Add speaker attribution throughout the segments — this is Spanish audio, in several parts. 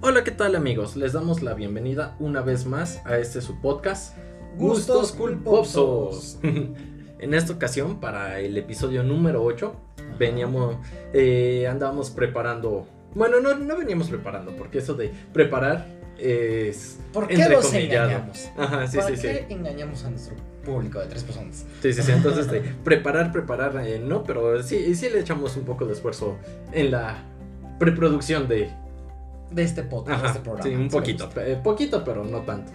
Speaker 1: Hola, ¿qué tal amigos? Les damos la bienvenida una vez más a este su podcast, Gustos Culposos. en esta ocasión, para el episodio número 8, veníamos, eh, andábamos preparando, bueno, no, no veníamos preparando, porque eso de preparar es...
Speaker 2: ¿Por qué
Speaker 1: Entre
Speaker 2: los
Speaker 1: comillado.
Speaker 2: engañamos?
Speaker 1: Ajá, sí,
Speaker 2: ¿Para
Speaker 1: sí, sí.
Speaker 2: qué engañamos a nuestro público de tres personas?
Speaker 1: Sí, sí, sí. Entonces, de preparar, preparar, eh, no, pero sí, sí le echamos un poco de esfuerzo en la preproducción de
Speaker 2: De este podcast, de
Speaker 1: Ajá,
Speaker 2: este programa.
Speaker 1: sí, un
Speaker 2: si
Speaker 1: poquito,
Speaker 2: me
Speaker 1: eh, poquito, pero no tanto.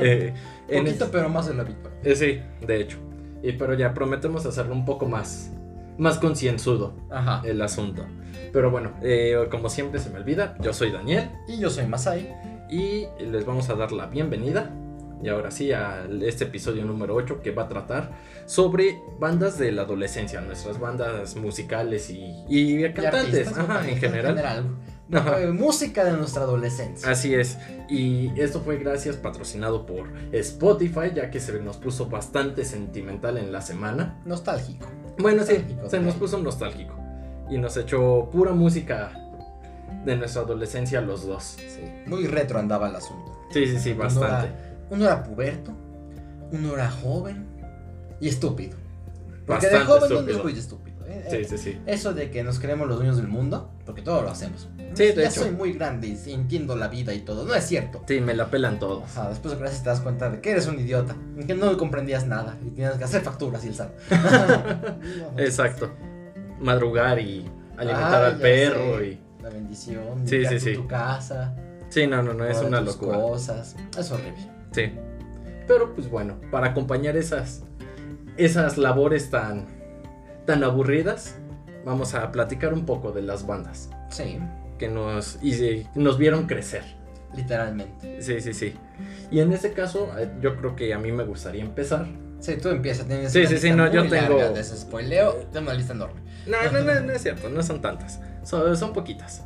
Speaker 1: Eh,
Speaker 2: gusta.
Speaker 1: en
Speaker 2: Poquito,
Speaker 1: es-
Speaker 2: pero más de lo habitual.
Speaker 1: eh, sí, de hecho. Y, pero ya prometemos hacerlo un poco más, más concienzudo
Speaker 2: Ajá.
Speaker 1: el asunto. Pero bueno, eh, como siempre se me olvida, yo soy Daniel
Speaker 2: Y yo soy Masai.
Speaker 1: y les vamos a dar la bienvenida. Y ahora sí, a este episodio número 8 que va a tratar sobre bandas de la adolescencia, nuestras bandas musicales y, y
Speaker 2: y
Speaker 1: cantantes,
Speaker 2: artistas,
Speaker 1: ajá, en
Speaker 2: compañeros,
Speaker 1: general. Ajá.
Speaker 2: Eh, música de nuestra adolescencia.
Speaker 1: Así es, y esto fue gracias patrocinado por Spotify, ya que se nos puso bastante sentimental en la semana.
Speaker 2: Nostálgico.
Speaker 1: Bueno, sí,
Speaker 2: Nostálgico,
Speaker 1: se nos
Speaker 2: ok.
Speaker 1: puso nostálgico y nos echó pura música de nuestra adolescencia los dos.
Speaker 2: Sí. Muy retro andaba el asunto.
Speaker 1: Sí, sí, sí, bastante.
Speaker 2: Uno era puberto, uno era joven y estúpido. Porque
Speaker 1: Bastante
Speaker 2: de joven uno
Speaker 1: estúpido.
Speaker 2: es muy estúpido. eh,
Speaker 1: Sí,
Speaker 2: eh,
Speaker 1: sí, sí.
Speaker 2: Eso de que nos creemos los dueños del mundo, porque todo lo hacemos.
Speaker 1: Sí, de
Speaker 2: ya
Speaker 1: hecho.
Speaker 2: soy muy grande y entiendo la vida y todo. No es cierto.
Speaker 1: Sí, me la pelan todos.
Speaker 2: O sea, después de clases te das cuenta de que eres un idiota, que no comprendías nada y tenías que hacer facturas y el SAT.
Speaker 1: Exacto. Madrugar y alimentar
Speaker 2: Ay,
Speaker 1: al
Speaker 2: Ah, ya
Speaker 1: perro
Speaker 2: sé.
Speaker 1: y...
Speaker 2: La bendición,
Speaker 1: Sí,
Speaker 2: sí,
Speaker 1: sí, sí.
Speaker 2: tu casa,
Speaker 1: Sí, no, no, no, es
Speaker 2: guardar
Speaker 1: una
Speaker 2: tus
Speaker 1: locura.
Speaker 2: cosas. Es horrible.
Speaker 1: Sí. Pero pues bueno, para acompañar esas esas labores tan tan aburridas, vamos a platicar un poco de las bandas
Speaker 2: Sí,
Speaker 1: que nos y de- nos vieron crecer.
Speaker 2: literalmente.
Speaker 1: Sí, sí, sí. Y en ese caso, eh, yo creo que a mí me gustaría empezar.
Speaker 2: Sí, tú empiezas, tienes
Speaker 1: Sí,
Speaker 2: una
Speaker 1: sí, sí,
Speaker 2: lista
Speaker 1: no, yo
Speaker 2: muy
Speaker 1: tengo-
Speaker 2: larga de ese spoileo, tengo una lista enorme.
Speaker 1: No, no, no, no es cierto, no son tantas. Son, son poquitas.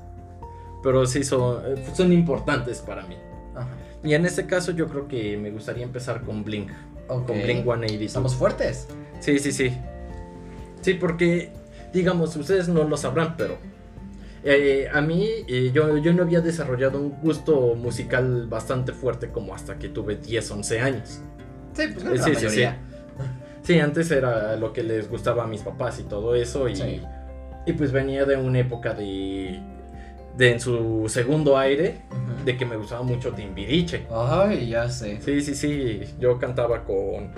Speaker 1: Pero sí son, eh, son importantes para mí.
Speaker 2: Ajá.
Speaker 1: Y en este caso yo creo que me gustaría empezar con Blink,
Speaker 2: Ok.
Speaker 1: con Blink 182.
Speaker 2: Estamos fuertes.
Speaker 1: Sí, sí, sí. Sí, porque, digamos, ustedes no lo sabrán, pero eh, a mí eh, yo, yo no había desarrollado un gusto musical bastante fuerte como hasta que tuve 10, 11 años.
Speaker 2: Sí, pues creo
Speaker 1: Sí,
Speaker 2: que la
Speaker 1: sí, sí.
Speaker 2: mayoría.
Speaker 1: Sí, antes era lo que les gustaba a mis papás y todo eso, y,
Speaker 2: Sí.
Speaker 1: y pues venía de una época de, de en su segundo aire,
Speaker 2: Ujú.
Speaker 1: de que me gustaba mucho Timbiriche.
Speaker 2: Ay, ya sé.
Speaker 1: Sí, sí, sí, yo cantaba con...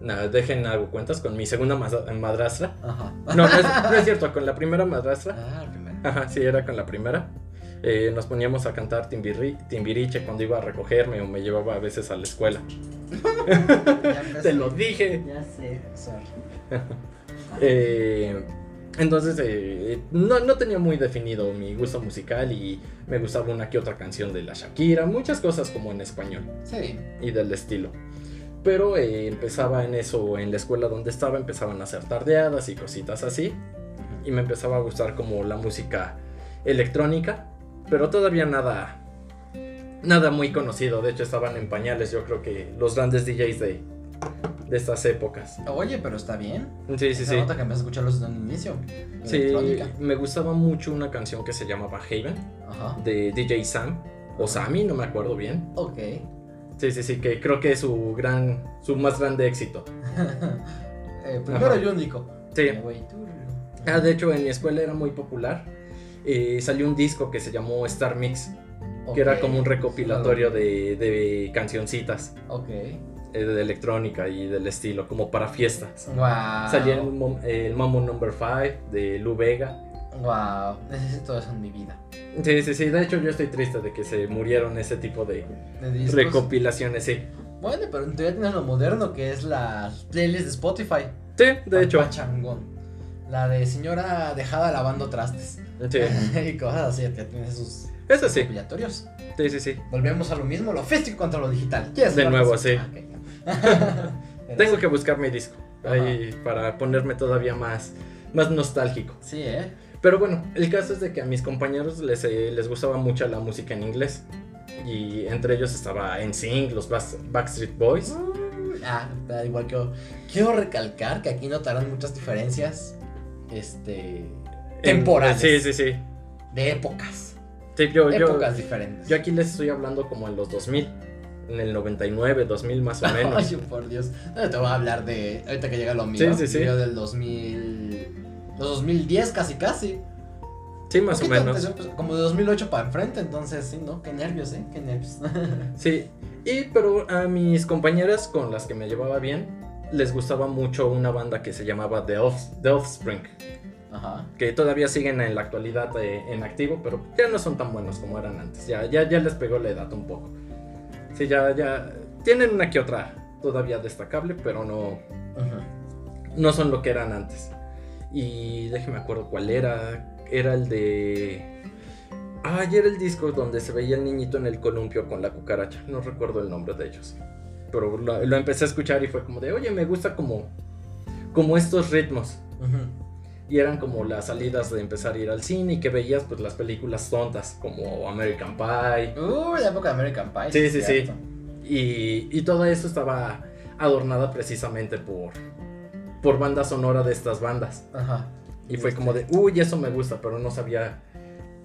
Speaker 1: Nada, dejen algo cuentas con mi segunda mas- madrastra.
Speaker 2: Ajá.
Speaker 1: No, no es, no es cierto, con la primera madrastra.
Speaker 2: Ah, primero.
Speaker 1: Ajá, sí, era con la primera. eh, nos poníamos a cantar timbirri- Timbiriche cuando iba a recogerme o me llevaba a veces a la escuela.
Speaker 2: Ya empecé.
Speaker 1: Te lo dije.
Speaker 2: Ya sé. sorry.
Speaker 1: Eh, entonces, eh, no, no tenía muy definido mi gusto musical y me gustaba una que otra canción de la Shakira, muchas cosas como en español
Speaker 2: Sí.
Speaker 1: y del estilo. Pero eh, empezaba en eso, en la escuela donde estaba, empezaban a hacer tardeadas y cositas así. y me empezaba a gustar como la música electrónica, pero todavía nada nada muy conocido, de hecho estaban en pañales, yo creo que los grandes DJs de de estas épocas.
Speaker 2: Oye, pero está bien.
Speaker 1: Sí, sí,
Speaker 2: Se
Speaker 1: sí.
Speaker 2: nota que empecé a escucharlos desde un inicio.
Speaker 1: Sí,
Speaker 2: Electrónica.
Speaker 1: me gustaba mucho una canción que se llamaba Haven
Speaker 2: Ajá.
Speaker 1: de DJ Sam o Sammy, no me acuerdo bien.
Speaker 2: Ok. Eh,
Speaker 1: Sí, sí, sí, que creo que es su gran su más grande éxito.
Speaker 2: Eh, primero
Speaker 1: Ajá.
Speaker 2: y único.
Speaker 1: Sí.
Speaker 2: Eh, güey, tú-
Speaker 1: Ah, de hecho en mi escuela era muy popular. Eh, salió un disco que se llamó Star Mix,
Speaker 2: Ok.
Speaker 1: que era como un recopilatorio de, de cancioncitas.
Speaker 2: Ok.
Speaker 1: eh, de electrónica y del estilo, como para fiestas.
Speaker 2: Wow.
Speaker 1: Salía el, mom- el Mambo Number 5 de Lu Vega.
Speaker 2: Wow. Necesito eso en mi vida.
Speaker 1: Sí, sí, sí. De hecho, yo estoy triste de que se murieron ese tipo de
Speaker 2: De discos.
Speaker 1: recopilaciones, sí.
Speaker 2: Bueno, pero en teoría tienes lo moderno que es las playlists de Spotify.
Speaker 1: Sí, de hecho.
Speaker 2: Pachangón. La de señora dejada lavando trastes.
Speaker 1: Sí,
Speaker 2: y cosas así que tiene sus
Speaker 1: eso sí.
Speaker 2: recopilatorios.
Speaker 1: Sí, sí, sí.
Speaker 2: Volvemos a lo mismo, lo físico contra lo digital. ¿Quieres
Speaker 1: De
Speaker 2: hablar
Speaker 1: nuevo,
Speaker 2: eso?
Speaker 1: sí.
Speaker 2: Ah, ok, no. Pero
Speaker 1: Tengo
Speaker 2: sí.
Speaker 1: que buscar mi disco ahí para ponerme todavía más, más nostálgico.
Speaker 2: Sí, ¿eh?
Speaker 1: Pero bueno, el caso es de que a mis compañeros les, eh, les gustaba mucho la música en inglés. Y entre ellos estaba NSYNC, los Bas- Backstreet Boys.
Speaker 2: Ah, da igual que yo. Quiero recalcar que aquí notarán muchas diferencias este,
Speaker 1: En-
Speaker 2: Temporales.
Speaker 1: Sí, sí, sí.
Speaker 2: de épocas.
Speaker 1: Sí, Pues yo, yo,
Speaker 2: Épocas diferentes.
Speaker 1: yo aquí les estoy hablando como en los 2000, en el 99, 2000 más o menos.
Speaker 2: Ay, por Dios. No te voy a hablar de. Ahorita que llega lo mío.
Speaker 1: Sí, sí, sí.
Speaker 2: Yo del 2000. Los 2010 casi, casi.
Speaker 1: Sí, más o
Speaker 2: Poquito
Speaker 1: menos.
Speaker 2: antes, pues, como de 2008 para enfrente, entonces sí, ¿no? Qué nervios, ¿eh? Qué nervios.
Speaker 1: Sí, y pero a mis compañeras con las que me llevaba bien, les gustaba mucho una banda que se llamaba The, Off- The Offspring,
Speaker 2: Ajá.
Speaker 1: que todavía siguen en la actualidad eh, en activo, pero ya no son tan buenos como eran antes, ya, ya, ya les pegó la edad un poco. Sí, ya, ya, tienen una que otra todavía destacable, pero no,
Speaker 2: Ajá.
Speaker 1: no son lo que eran antes. Y déjeme acuerdo cuál era, era el de... Ah, y era el disco donde se veía el niñito en el columpio con la cucaracha. No recuerdo el nombre de ellos. Pero lo, lo empecé a escuchar y fue como de, oye, me gusta como, como estos ritmos.
Speaker 2: Ujú.
Speaker 1: Y eran como las salidas de empezar a ir al cine y que veías pues las películas tontas como American Pie.
Speaker 2: Uh, la época de American Pie.
Speaker 1: Sí,
Speaker 2: es
Speaker 1: sí, sí.
Speaker 2: cierto.
Speaker 1: Y, y todo eso estaba adornada precisamente por, por banda sonora de estas bandas.
Speaker 2: Ajá.
Speaker 1: Y fue como de, uy, eso me gusta, pero no sabía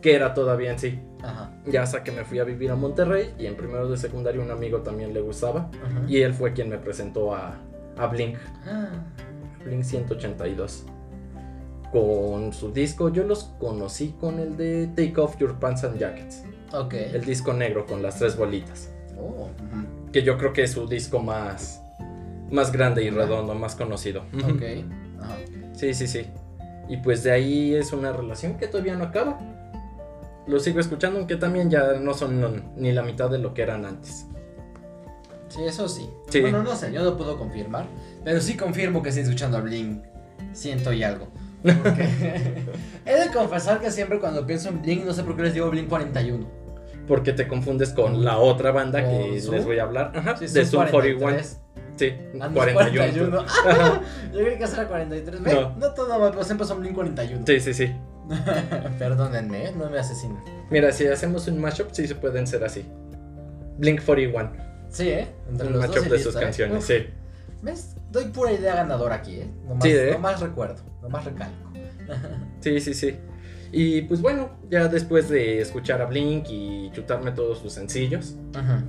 Speaker 1: qué era todavía en sí.
Speaker 2: Ajá.
Speaker 1: Ya hasta que me fui a vivir a Monterrey y en primero de secundaria un amigo también le gustaba.
Speaker 2: Ajá.
Speaker 1: Y él fue quien me presentó a, a Blink,
Speaker 2: Ah,
Speaker 1: Blink 182. Con su disco, yo los conocí con el de Take Off Your Pants and Jackets,
Speaker 2: Ok.
Speaker 1: el disco negro con las tres bolitas,
Speaker 2: Oh, ujú.
Speaker 1: que yo creo que es su disco más, más grande y
Speaker 2: Ajá.
Speaker 1: redondo, más conocido.
Speaker 2: Ok. Ajá.
Speaker 1: Sí, sí, sí. Y pues de ahí es una relación que todavía no acaba. Lo sigo escuchando, aunque también ya no son no, ni la mitad de lo que eran antes.
Speaker 2: Sí, eso sí.
Speaker 1: Sí.
Speaker 2: Bueno, no sé, yo no puedo confirmar. Pero sí confirmo que estoy escuchando a Blink. Siento y algo. Porque he de confesar que siempre cuando pienso en Blink, no sé por qué les digo Blink 41.
Speaker 1: Porque te confundes con la otra banda
Speaker 2: ¿Con
Speaker 1: que
Speaker 2: Zoom?
Speaker 1: les voy a hablar. Ajá,
Speaker 2: Sí,
Speaker 1: de
Speaker 2: son
Speaker 1: Zoom 41.
Speaker 2: 43.
Speaker 1: Sí,
Speaker 2: Ah, no,
Speaker 1: 41.
Speaker 2: 41.
Speaker 1: Ajá,
Speaker 2: Yo creí que eso era 43. Ve,
Speaker 1: No.
Speaker 2: No, todo mal, pero siempre son Blink 41.
Speaker 1: Sí, sí, sí.
Speaker 2: Perdónenme, ¿eh? no me asesinen.
Speaker 1: Mira, si hacemos un mashup, sí se pueden ser así. Blink 41.
Speaker 2: Sí, ¿eh? Entre
Speaker 1: Un
Speaker 2: los dos
Speaker 1: mashup
Speaker 2: y
Speaker 1: de
Speaker 2: listo,
Speaker 1: sus
Speaker 2: ¿eh?
Speaker 1: canciones,
Speaker 2: Uf,
Speaker 1: sí.
Speaker 2: ¿Ves? Doy pura idea ganadora aquí, ¿eh? Nomás,
Speaker 1: Sí, ¿eh?
Speaker 2: nomás recuerdo, nomás recalco.
Speaker 1: Sí, sí, sí. Y pues bueno, ya después de escuchar a Blink y chutarme todos sus sencillos,
Speaker 2: Ajá.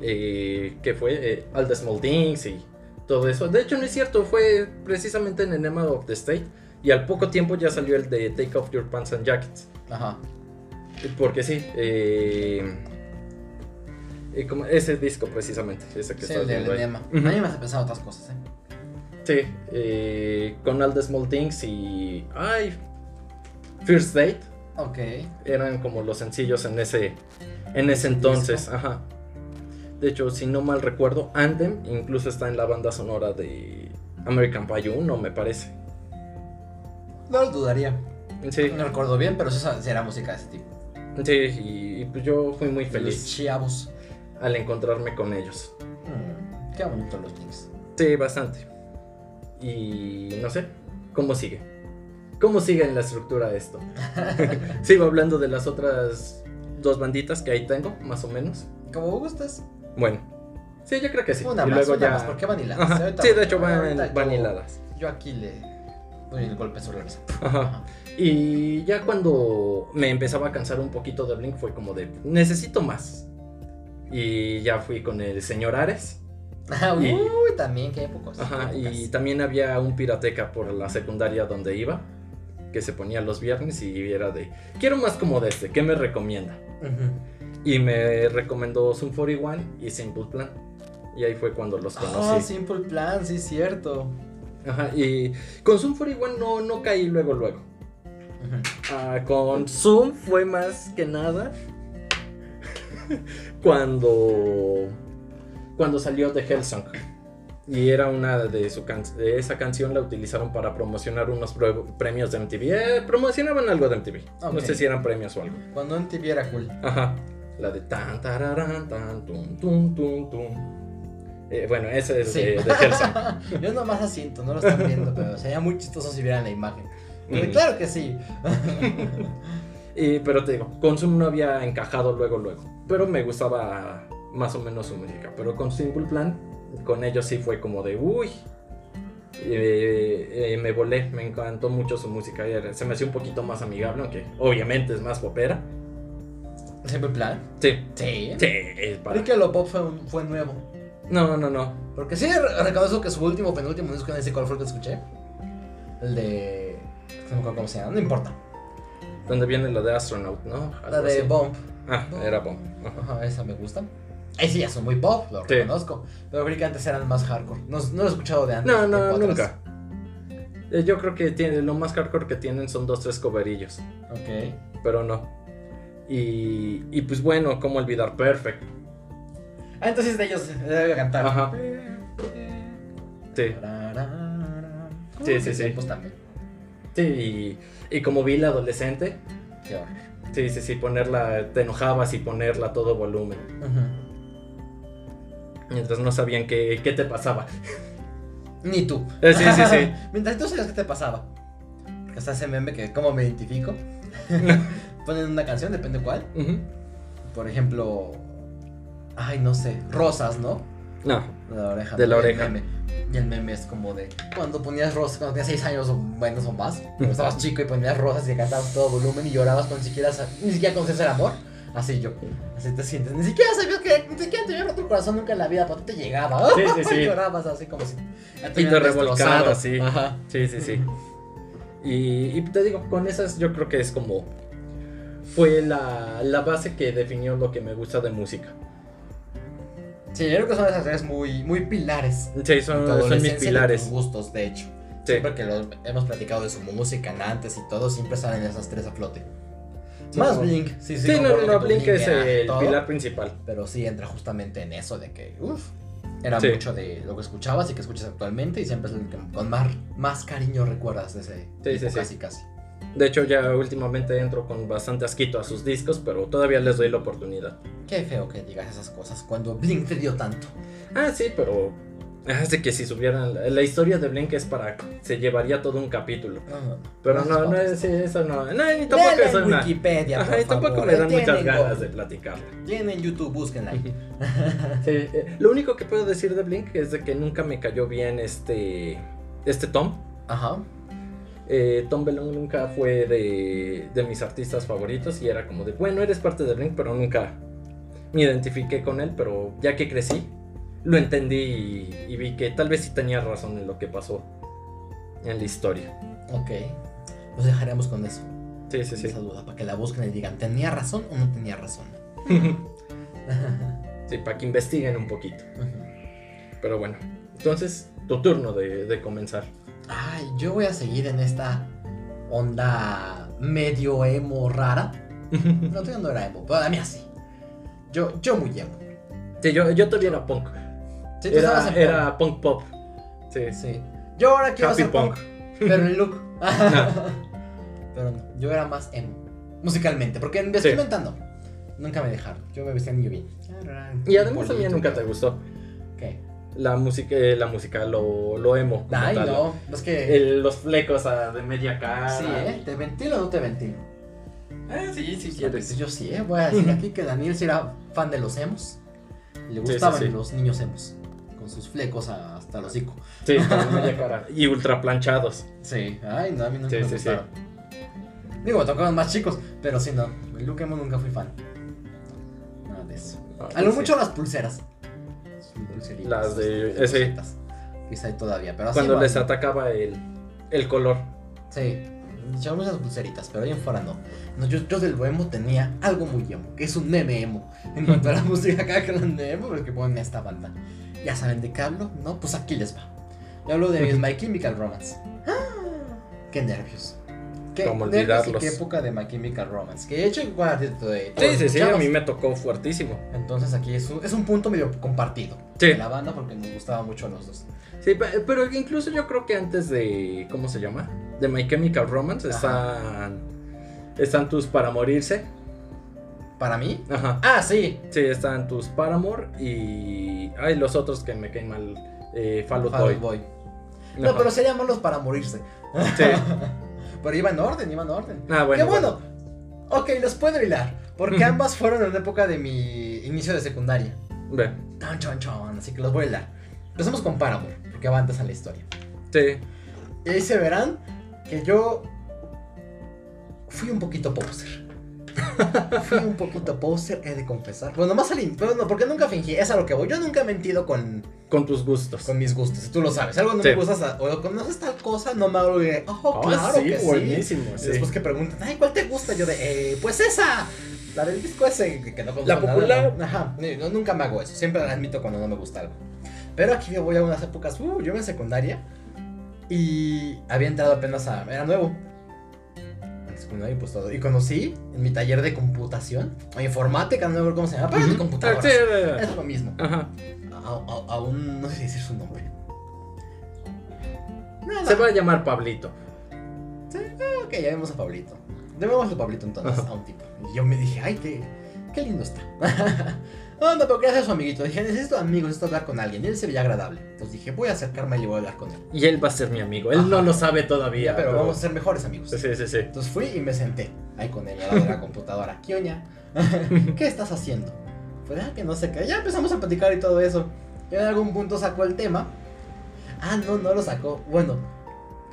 Speaker 1: eh, que fue eh, All the Small Things y todo eso. De hecho, no es cierto, fue precisamente en Enema of the State. Y al poco tiempo ya salió el de Take Off Your Pants and Jackets.
Speaker 2: Ajá.
Speaker 1: Porque sí, eh, eh, como ese disco precisamente, ese que
Speaker 2: Sí,
Speaker 1: estás
Speaker 2: el del
Speaker 1: viendo ahí.
Speaker 2: enema.
Speaker 1: Ujú.
Speaker 2: A mí me hace pensar otras cosas, ¿eh?
Speaker 1: Sí, eh, con All the Small Things y. ¡Ay! First Date
Speaker 2: Ok.
Speaker 1: eran como los sencillos en ese, en ese entonces. Ajá. De hecho, si no mal recuerdo, Anthem incluso está en la banda sonora de American Pie 1, me parece.
Speaker 2: No lo dudaría.
Speaker 1: Sí,
Speaker 2: No recuerdo bien, pero sí, sí era música de ese tipo.
Speaker 1: sí, y, y pues yo fui muy
Speaker 2: De Los
Speaker 1: feliz
Speaker 2: chiavos.
Speaker 1: al encontrarme con ellos.
Speaker 2: Mm, qué bonito los links.
Speaker 1: Sí, bastante. Y no sé, ¿cómo sigue? ¿Cómo sigue en la estructura esto? Sigo hablando de las otras dos banditas que ahí tengo, más o menos.
Speaker 2: Como gustes.
Speaker 1: Bueno, sí, yo creo que sí.
Speaker 2: Una
Speaker 1: Y
Speaker 2: más,
Speaker 1: luego
Speaker 2: una
Speaker 1: ya-
Speaker 2: más, porque van hiladas.
Speaker 1: Ajá,
Speaker 2: Ahorita
Speaker 1: Sí, de
Speaker 2: voy-
Speaker 1: hecho van,
Speaker 2: ahorita yo-
Speaker 1: van hiladas.
Speaker 2: Yo aquí le doy el golpe sobre la mesa.
Speaker 1: Ajá. Y ya cuando me empezaba a cansar un poquito de Blink fue como de, necesito más. Y ya fui con el señor Ares.
Speaker 2: Ajá.
Speaker 1: Y-
Speaker 2: Uy, también, qué épocas.
Speaker 1: Ajá,
Speaker 2: qué
Speaker 1: y
Speaker 2: épocas.
Speaker 1: también había un pirateca por la secundaria donde iba, que se ponía los viernes y era de, quiero más como de este, ¿qué me recomienda?
Speaker 2: Ujú.
Speaker 1: Y me recomendó Zoom 41 y Simple Plan. Y ahí fue cuando los
Speaker 2: Ah,
Speaker 1: conocí.
Speaker 2: Simple Plan, sí, cierto.
Speaker 1: Ajá, y con Zoom 41 no, no caí luego, luego.
Speaker 2: Ujú.
Speaker 1: Ah, con Zoom fue más que nada cuando cuando salió de Hellsong y era una de su can- de esa canción la utilizaron para promocionar unos prue- premios de MTV Eh, promocionaban algo de MTV no
Speaker 2: Ok.
Speaker 1: sé si eran premios o algo
Speaker 2: Cuando en TV era cool.
Speaker 1: ajá la de tan tararán, tan tum tum tum tum Eh, bueno ese es
Speaker 2: Sí.
Speaker 1: de, de Hellsong
Speaker 2: Yo nomás asiento, no lo están viendo, pero sería muy chistoso si vieran la imagen. Porque
Speaker 1: Mm.
Speaker 2: claro que sí.
Speaker 1: Y- pero te digo, con Zoom no había encajado luego, luego. Pero me gustaba más o menos su música. Pero con Simple Plan, con ellos sí fue como de, uy, eh, eh, me volé, me encantó mucho su música. Era- Se me hacía un poquito más amigable, aunque obviamente es más popera.
Speaker 2: ¿Simple Plan?
Speaker 1: Sí.
Speaker 2: Sí.
Speaker 1: Sí, es para-
Speaker 2: Creí que lo pop fue, un- fue nuevo.
Speaker 1: No, no, no.
Speaker 2: Porque sí, re- reconozco que su último, penúltimo disco, no sé cuál fue el que escuché. El de. No me acuerdo cómo se llama, no importa.
Speaker 1: ¿Dónde viene la de Astronaut, no?
Speaker 2: La
Speaker 1: Algo
Speaker 2: de
Speaker 1: así.
Speaker 2: Bomb.
Speaker 1: Ah,
Speaker 2: Bomb.
Speaker 1: era Bomb. Ajá.
Speaker 2: Ajá, esa me gusta. Ahí sí ya son muy pop, lo
Speaker 1: Sí.
Speaker 2: reconozco. Pero creí que antes eran más hardcore. No, no lo he escuchado de antes.
Speaker 1: No,
Speaker 2: tiempo
Speaker 1: no,
Speaker 2: atrás.
Speaker 1: nunca. Eh, Yo creo que tiene, lo más hardcore que tienen son dos, tres coberillos,
Speaker 2: Ok.
Speaker 1: pero no. Y, y pues bueno, ¿cómo olvidar Perfect?
Speaker 2: Ah, entonces de ellos eh, debe cantar.
Speaker 1: Ajá. Sí, Sí, sí, sí.
Speaker 2: Pues también.
Speaker 1: sí, y, y como vi la adolescente,
Speaker 2: Qué horror.
Speaker 1: sí, sí, sí, ponerla, te enojabas y ponerla a todo volumen,
Speaker 2: Ujú.
Speaker 1: mientras no sabían qué, qué te pasaba.
Speaker 2: Ni tú.
Speaker 1: Eh, sí, sí, sí.
Speaker 2: Mientras tú sabías qué te pasaba. Porque hasta ese meme que cómo me identifico. Ponen una canción, depende cuál.
Speaker 1: Ujú.
Speaker 2: Por ejemplo. Ay, no sé. Rosas, ¿no?
Speaker 1: No,
Speaker 2: De la oreja.
Speaker 1: De la
Speaker 2: ¿no? Y el
Speaker 1: oreja.
Speaker 2: meme. Y el meme es como de cuando ponías rosas, cuando tenías 6 años o menos o más, cuando estabas chico y ponías rosas y cantabas todo volumen y llorabas con siquiera, sa- ni siquiera conoces el amor. Así yo, así te sientes. Ni siquiera sabías que, ni siquiera te había roto el corazón nunca en la vida, pero a ti te llegaba.
Speaker 1: Sí, sí, sí.
Speaker 2: Y llorabas así como si. ya
Speaker 1: y te
Speaker 2: hubieran destrozado.
Speaker 1: revolcaba, sí.
Speaker 2: Ajá.
Speaker 1: Sí, sí, sí. Y, y te digo, con esas yo creo que es como... Fue la, la base que definió lo que me gusta de música.
Speaker 2: Sí, yo creo que son esas tres muy, muy pilares.
Speaker 1: Sí,
Speaker 2: en
Speaker 1: son,
Speaker 2: tu
Speaker 1: Ah, son mis
Speaker 2: adolescencia y de tus
Speaker 1: pilares.
Speaker 2: gustos, de hecho.
Speaker 1: Sí.
Speaker 2: Siempre que lo hemos platicado de su música en antes y todo, siempre salen esas tres a flote.
Speaker 1: Sí,
Speaker 2: Más
Speaker 1: no.
Speaker 2: Blink, sí, sí.
Speaker 1: Sí, no,
Speaker 2: concuerdo
Speaker 1: no,
Speaker 2: que
Speaker 1: Blink es
Speaker 2: era
Speaker 1: el
Speaker 2: todo,
Speaker 1: pilar principal.
Speaker 2: Pero sí entra justamente en eso de que, uff, era
Speaker 1: Sí.
Speaker 2: mucho de lo que escuchabas y que escuchas actualmente y siempre es el que con más, más cariño recuerdas de ese.
Speaker 1: Sí,
Speaker 2: tipo,
Speaker 1: sí, sí.
Speaker 2: casi, casi.
Speaker 1: De hecho, ya últimamente entro con bastante asquito a sus discos, pero todavía les doy la oportunidad.
Speaker 2: Qué feo que digas esas cosas cuando Blink te dio tanto.
Speaker 1: Ah, sí, pero. Hace que si subieran. La, la historia de Blink es para. Se llevaría todo un capítulo.
Speaker 2: No, no, no.
Speaker 1: Pero
Speaker 2: Más
Speaker 1: no, no,
Speaker 2: padres.
Speaker 1: es, eso no. No, y tampoco
Speaker 2: Léela
Speaker 1: es
Speaker 2: en
Speaker 1: una.
Speaker 2: Wikipedia,
Speaker 1: Ajá,
Speaker 2: por
Speaker 1: y tampoco
Speaker 2: favor,
Speaker 1: me dan
Speaker 2: ahí
Speaker 1: muchas
Speaker 2: tienen
Speaker 1: ganas
Speaker 2: Go-
Speaker 1: de platicarla.
Speaker 2: Tienen YouTube, búsquenla. ahí.
Speaker 1: Sí, eh, lo único que puedo decir de Blink es de que nunca me cayó bien este. Este Tom.
Speaker 2: Ajá.
Speaker 1: Eh, Tom Bellon nunca fue de, de mis artistas favoritos y era como de, bueno, eres parte de Blink, pero nunca me identifiqué con él, pero ya que crecí, lo entendí y, y vi que tal vez sí tenía razón en lo que pasó en la historia.
Speaker 2: Ok. Los dejaremos con eso.
Speaker 1: Sí, sí, sí.
Speaker 2: Esa duda, para que la busquen y digan, ¿tenía razón o no tenía razón?
Speaker 1: sí, para que investiguen un poquito.
Speaker 2: Ujú.
Speaker 1: Pero bueno, entonces, tu turno de, de comenzar.
Speaker 2: Ay, yo voy a seguir en esta onda medio emo rara. No, todavía no era emo, pero a mí así. Yo, yo muy emo.
Speaker 1: Sí, yo, yo todavía era punk.
Speaker 2: Sí, tú estabas
Speaker 1: Era,
Speaker 2: en
Speaker 1: era punk pop. Sí,
Speaker 2: punk. Sí. Yo ahora quiero
Speaker 1: Happy
Speaker 2: ser punk,
Speaker 1: punk.
Speaker 2: pero el look. Pero no, yo era más emo. Musicalmente, porque en vestimenta no. Nunca me dejaron. Yo me vestía muy bien.
Speaker 1: Y además a mí nunca te gustó.
Speaker 2: ¿Qué?
Speaker 1: La música, eh, la música lo, lo emo. como
Speaker 2: Ay,
Speaker 1: tal.
Speaker 2: no. Es que.
Speaker 1: El- Ah. los flecos ah, de media cara.
Speaker 2: Sí, ¿eh? ¿Te ventilo o no te ventilo?
Speaker 1: Ah, sí, sí,
Speaker 2: Yo
Speaker 1: quieres.
Speaker 2: sí, ¿eh? Voy a decir aquí que Daniel sí era fan de los emos. Le
Speaker 1: sí,
Speaker 2: gustaban
Speaker 1: sí.
Speaker 2: los niños emos. Con sus flecos a- hasta el hocico.
Speaker 1: Sí, de media cara. Y ultra planchados.
Speaker 2: Sí. Ay, no, a mí nunca
Speaker 1: Sí,
Speaker 2: me
Speaker 1: sí,
Speaker 2: gustaron. Digo, me tocaban más chicos, pero sí, no. El look emo nunca fui fan. Nada de eso. A lo
Speaker 1: Sí.
Speaker 2: mucho las pulseras. Sus pulseritas,
Speaker 1: Las
Speaker 2: sus
Speaker 1: de-
Speaker 2: cositas.
Speaker 1: ese.
Speaker 2: Quizá hay todavía, pero así.
Speaker 1: Cuando
Speaker 2: no,
Speaker 1: les
Speaker 2: no.
Speaker 1: atacaba el, el color.
Speaker 2: Sí. Echamos esas pulseritas, pero ahí en fuera no. No, yo, yo del emo tenía algo muy emo, que es un meme emo. En cuanto a la música acá que eran de emo, pero que ponen esta banda. Ya saben de qué hablo, ¿no? Pues aquí les va. Yo hablo de My Chemical Romance. ¡Qué nervios! ¡Qué
Speaker 1: Cómo
Speaker 2: nervios y
Speaker 1: olvidarlos.
Speaker 2: qué época de My Chemical Romance! Que de hecho igual a ti te-
Speaker 1: Sí,
Speaker 2: te
Speaker 1: sí, sí. A
Speaker 2: escuchabas.
Speaker 1: mí me tocó fuertísimo.
Speaker 2: Entonces aquí es un, es un punto medio compartido
Speaker 1: Sí.
Speaker 2: de la banda porque nos gustaba mucho a los dos.
Speaker 1: Sí, pe- pero incluso yo creo que antes de. ¿Cómo se llama? De My Chemical Romance están. Están tus para morirse.
Speaker 2: ¿Para mí?
Speaker 1: Ajá.
Speaker 2: ¡Ah, sí!
Speaker 1: Sí, están tus Paramore y. Ay, los otros que me caen mal. Eh, Fall Out
Speaker 2: Fall Out
Speaker 1: Boy.
Speaker 2: Boy. No, pero serían malos para morirse.
Speaker 1: Sí.
Speaker 2: Pero iba en orden, iba en orden.
Speaker 1: Ah, bueno.
Speaker 2: ¡Qué bueno! Ok, los puedo hilar. Porque ambas fueron en la época de mi inicio de secundaria.
Speaker 1: Ve.
Speaker 2: Chon, chon, chon. Así que los voy a hilar. Empezamos con Paramore, porque va antes a la historia.
Speaker 1: Sí.
Speaker 2: Y ahí se verán que yo fui un poquito poser. Fui un poquito poser, he de confesar. Bueno, más al in- pero no, porque nunca fingí, es a lo que voy. Yo nunca he mentido con,
Speaker 1: Con tus gustos.
Speaker 2: con mis gustos, tú lo sabes. Algo no
Speaker 1: Sí.
Speaker 2: me gusta sa- o conoces tal cosa, no me hago de, oh,
Speaker 1: Ah,
Speaker 2: claro
Speaker 1: sí,
Speaker 2: que sí.
Speaker 1: buenísimo.
Speaker 2: Y
Speaker 1: sí.
Speaker 2: Después que preguntan, ay, ¿cuál te gusta? Yo de, eh, pues esa, la del disco ese, que, que no conozco
Speaker 1: La
Speaker 2: nada,
Speaker 1: popular.
Speaker 2: ¿no? Ajá, no, yo nunca me hago eso, siempre lo admito cuando no me gusta algo. Pero aquí yo voy a unas épocas, uh, yo iba en secundaria y había entrado apenas a, era nuevo. En secundaria, pues todo. Y conocí en mi taller de computación, o informática, no me acuerdo cómo se llama, pero era de
Speaker 1: Ujú.
Speaker 2: computadoras.
Speaker 1: Ah, sí, eh,
Speaker 2: Es lo mismo.
Speaker 1: Ajá.
Speaker 2: A, a- a un, no sé si decir su nombre. Nada.
Speaker 1: Se va a llamar Pablito.
Speaker 2: Ok, ya vemos a Pablito. Llamemos a Pablito entonces,
Speaker 1: Ajá.
Speaker 2: a un tipo. Y yo me dije, ay, qué, qué lindo está. no, no, pero gracias a su amiguito. Dije, necesito amigos, necesito hablar con alguien. Y él se veía agradable. Entonces dije, voy a acercarme y le voy a hablar con él.
Speaker 1: Y él va a ser mi amigo. Él
Speaker 2: Ajá.
Speaker 1: no lo sabe todavía.
Speaker 2: pero vamos a ser mejores amigos.
Speaker 1: Sí, sí, sí.
Speaker 2: Entonces fui y me senté ahí con ella al lado de la computadora. ¿Qué oña? ¿Qué estás haciendo? Pues ah, que no sé qué. Ya empezamos a platicar y todo eso. Y en algún punto sacó el tema. Ah, no, no lo sacó. Bueno,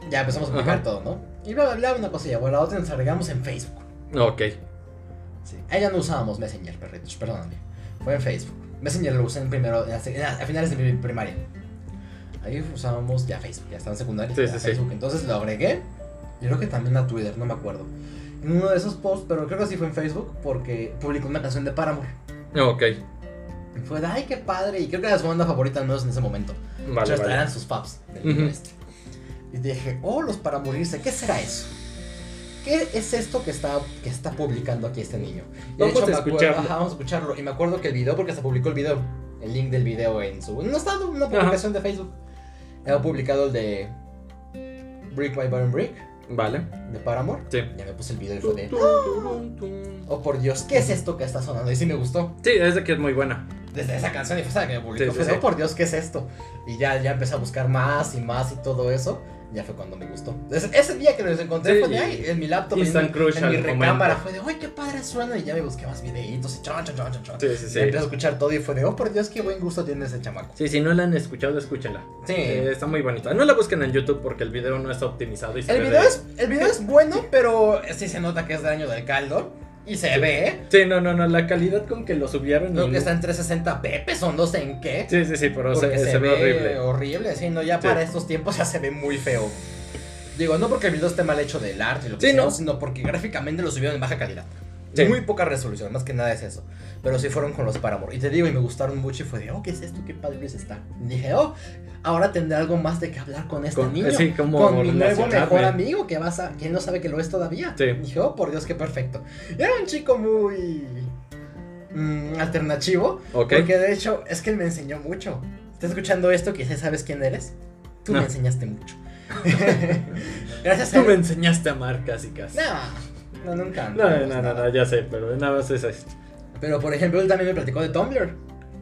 Speaker 2: ya empezamos a platicar
Speaker 1: Ajá.
Speaker 2: todo, ¿no? Y bla, bla, bla, una cosa y a la otra y nos agregamos en Facebook.
Speaker 1: Ok.
Speaker 2: Sí. Ahí ya no usábamos Messenger, perritos, perdóname. Fue en Facebook. Messenger lo usé en primero, en la sec- en la- a finales de mi primaria. Ahí usábamos ya Facebook, ya estaba en secundaria.
Speaker 1: Sí,
Speaker 2: ya
Speaker 1: sí, sí.
Speaker 2: Facebook. Entonces lo agregué. Yo creo que también a Twitter, no me acuerdo. En uno de esos posts, pero creo que sí fue en Facebook, porque publicó una canción de Paramore.
Speaker 1: Ok.
Speaker 2: Y fue de, ay, qué padre. Y creo que era su banda favorita, al menos en ese momento.
Speaker 1: Vale,
Speaker 2: Just-
Speaker 1: vale.
Speaker 2: Eran sus paps del mundo
Speaker 1: Ujú.
Speaker 2: este. Y dije, oh, los para morirse, ¿qué será eso? ¿Qué es esto que está, que está publicando aquí este niño? Y de
Speaker 1: Vamos a
Speaker 2: me acuerdo-
Speaker 1: escucharlo.
Speaker 2: ajá, vamos a escucharlo. Y me acuerdo que el video, porque se publicó el video, el link del video en su. No está en una publicación de Facebook. Había publicado el de Brick by Baron Brick,
Speaker 1: Vale.
Speaker 2: de Paramore.
Speaker 1: Sí.
Speaker 2: Ya me puse el video y fue de.
Speaker 1: Sí,
Speaker 2: Oh por Dios, ¿qué es esto que está sonando? Y sí me gustó.
Speaker 1: es de que es muy buena.
Speaker 2: desde esa canción y fue esa que me publicó.
Speaker 1: Sí, sí,
Speaker 2: fue,
Speaker 1: sí.
Speaker 2: "Oh, por Dios, ¿qué es esto? Y ya, ya empecé a buscar más y más y todo eso. Ya fue cuando me gustó. Entonces, ese día que los encontré
Speaker 1: Sí,
Speaker 2: fue de
Speaker 1: y-
Speaker 2: ahí, en mi laptop, en,
Speaker 1: Instant
Speaker 2: mi-
Speaker 1: crush
Speaker 2: en mi
Speaker 1: al
Speaker 2: recámara.
Speaker 1: momento.
Speaker 2: Fue de, ¡ay, qué padre suena! Y ya me busqué más videitos y chon, chon, chon, chon, chon.
Speaker 1: Sí, sí,
Speaker 2: Y
Speaker 1: sí.
Speaker 2: empecé a escuchar todo y fue de, ¡oh, por Dios, qué buen gusto tiene ese chamaco!
Speaker 1: Sí, si no la han escuchado, escúchenla.
Speaker 2: Sí.
Speaker 1: Eh, está muy bonita. No la busquen en YouTube porque el video no está optimizado y se
Speaker 2: el,
Speaker 1: ve
Speaker 2: video
Speaker 1: de-
Speaker 2: es, el video es bueno, pero sí se nota que es del año del caldo. Y se ve, ¿eh?
Speaker 1: Sí, no, no, no. La calidad con que lo subieron.
Speaker 2: Creo
Speaker 1: y-
Speaker 2: que está en 360p, pesos, no sé en qué.
Speaker 1: Sí, sí, sí, pero se,
Speaker 2: Porque
Speaker 1: se ve horrible.
Speaker 2: horrible, sí, no, ya
Speaker 1: Sí.
Speaker 2: para estos tiempos ya se ve muy feo. Digo, no porque el video esté mal hecho del arte, y lo que
Speaker 1: Sí,
Speaker 2: sea,
Speaker 1: no.
Speaker 2: sino porque gráficamente lo subieron en baja calidad.
Speaker 1: Sí.
Speaker 2: Muy poca resolución, más que nada es eso. Pero sí fueron con los Paramore. Y te digo, y me gustaron mucho y fue de, oh, ¿qué es esto? ¿Qué padre está? Y dije, oh, ahora tendré algo más de que hablar con este
Speaker 1: Con-
Speaker 2: niño.
Speaker 1: sí, como
Speaker 2: con mi nuevo
Speaker 1: relacionarme.
Speaker 2: mejor amigo que vas a, ¿quién no sabe que lo es todavía?
Speaker 1: Sí.
Speaker 2: Dije, oh, por Dios, qué perfecto. Y era un chico muy... mm, alternativo.
Speaker 1: Ok.
Speaker 2: Porque de hecho, es que él me enseñó mucho. ¿Estás escuchando esto? Quizás sabes quién eres. Tú
Speaker 1: No.
Speaker 2: me enseñaste mucho. Gracias a
Speaker 1: Tú me
Speaker 2: él.
Speaker 1: enseñaste a amar casi casi.
Speaker 2: No, no, nunca.
Speaker 1: No, no, no,
Speaker 2: nada.
Speaker 1: no, ya sé, pero nada más es así.
Speaker 2: Pero por ejemplo, él también me platicó de Tumblr.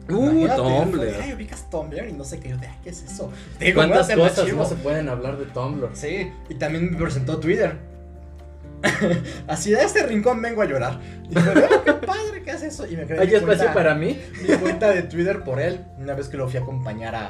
Speaker 1: Uh,
Speaker 2: Imagínate, él fue de,
Speaker 1: Tumblr.
Speaker 2: Ay, ubicas Tumblr y no sé qué. Yo de, ay, ¿qué es eso? Te digo,
Speaker 1: ¿Cuántas
Speaker 2: muy
Speaker 1: cosas
Speaker 2: alternativo.
Speaker 1: no se pueden hablar de Tumblr?
Speaker 2: Sí, y también me presentó Twitter. Así de este rincón vengo a llorar. Y fue, "Oh, qué padre, ¿qué haces eso? Y me creé
Speaker 1: ¿Hay
Speaker 2: mi
Speaker 1: espacio
Speaker 2: cuenta-
Speaker 1: para mí?
Speaker 2: mi cuenta de Twitter por él. Una vez que lo fui a acompañar a,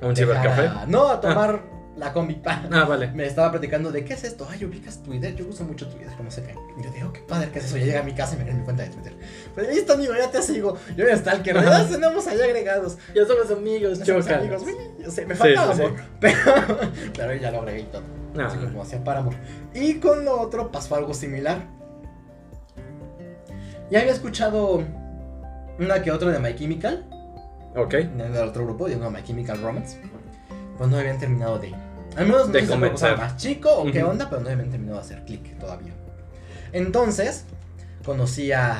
Speaker 1: ¿A un
Speaker 2: dejar
Speaker 1: cibercafé?
Speaker 2: a- no, a tomar la combi.
Speaker 1: Ah, vale.
Speaker 2: Me estaba platicando de qué es esto. Ay, ubicas Twitter. Yo uso mucho Twitter, no sé qué. Y yo digo, "Oh, qué padre que es eso. Yo llegué a mi casa y me creé mi cuenta de Twitter. Pues listo, amigo, ya te sigo. Yo ya está el que
Speaker 1: Ajá.
Speaker 2: nos tenemos ahí agregados.
Speaker 1: Ya somos amigos,
Speaker 2: Ya somos
Speaker 1: choca.
Speaker 2: amigos. Uy, yo sé, me
Speaker 1: Sí,
Speaker 2: faltaba
Speaker 1: sí, sí.
Speaker 2: amor. Pero, pero ya lo agregué y todo.
Speaker 1: No,
Speaker 2: Así como hacía Paramore. Y con lo otro pasó algo similar. Ya había escuchado una que otra de My Chemical.
Speaker 1: ok.
Speaker 2: en el otro grupo, digo, My Chemical Romance, pues no habían terminado de. Al menos no
Speaker 1: De
Speaker 2: sé si me
Speaker 1: comenzar.
Speaker 2: gustaba más chico o qué
Speaker 1: Ujú.
Speaker 2: onda, pero no habían terminado de hacer clic todavía. Entonces, conocí a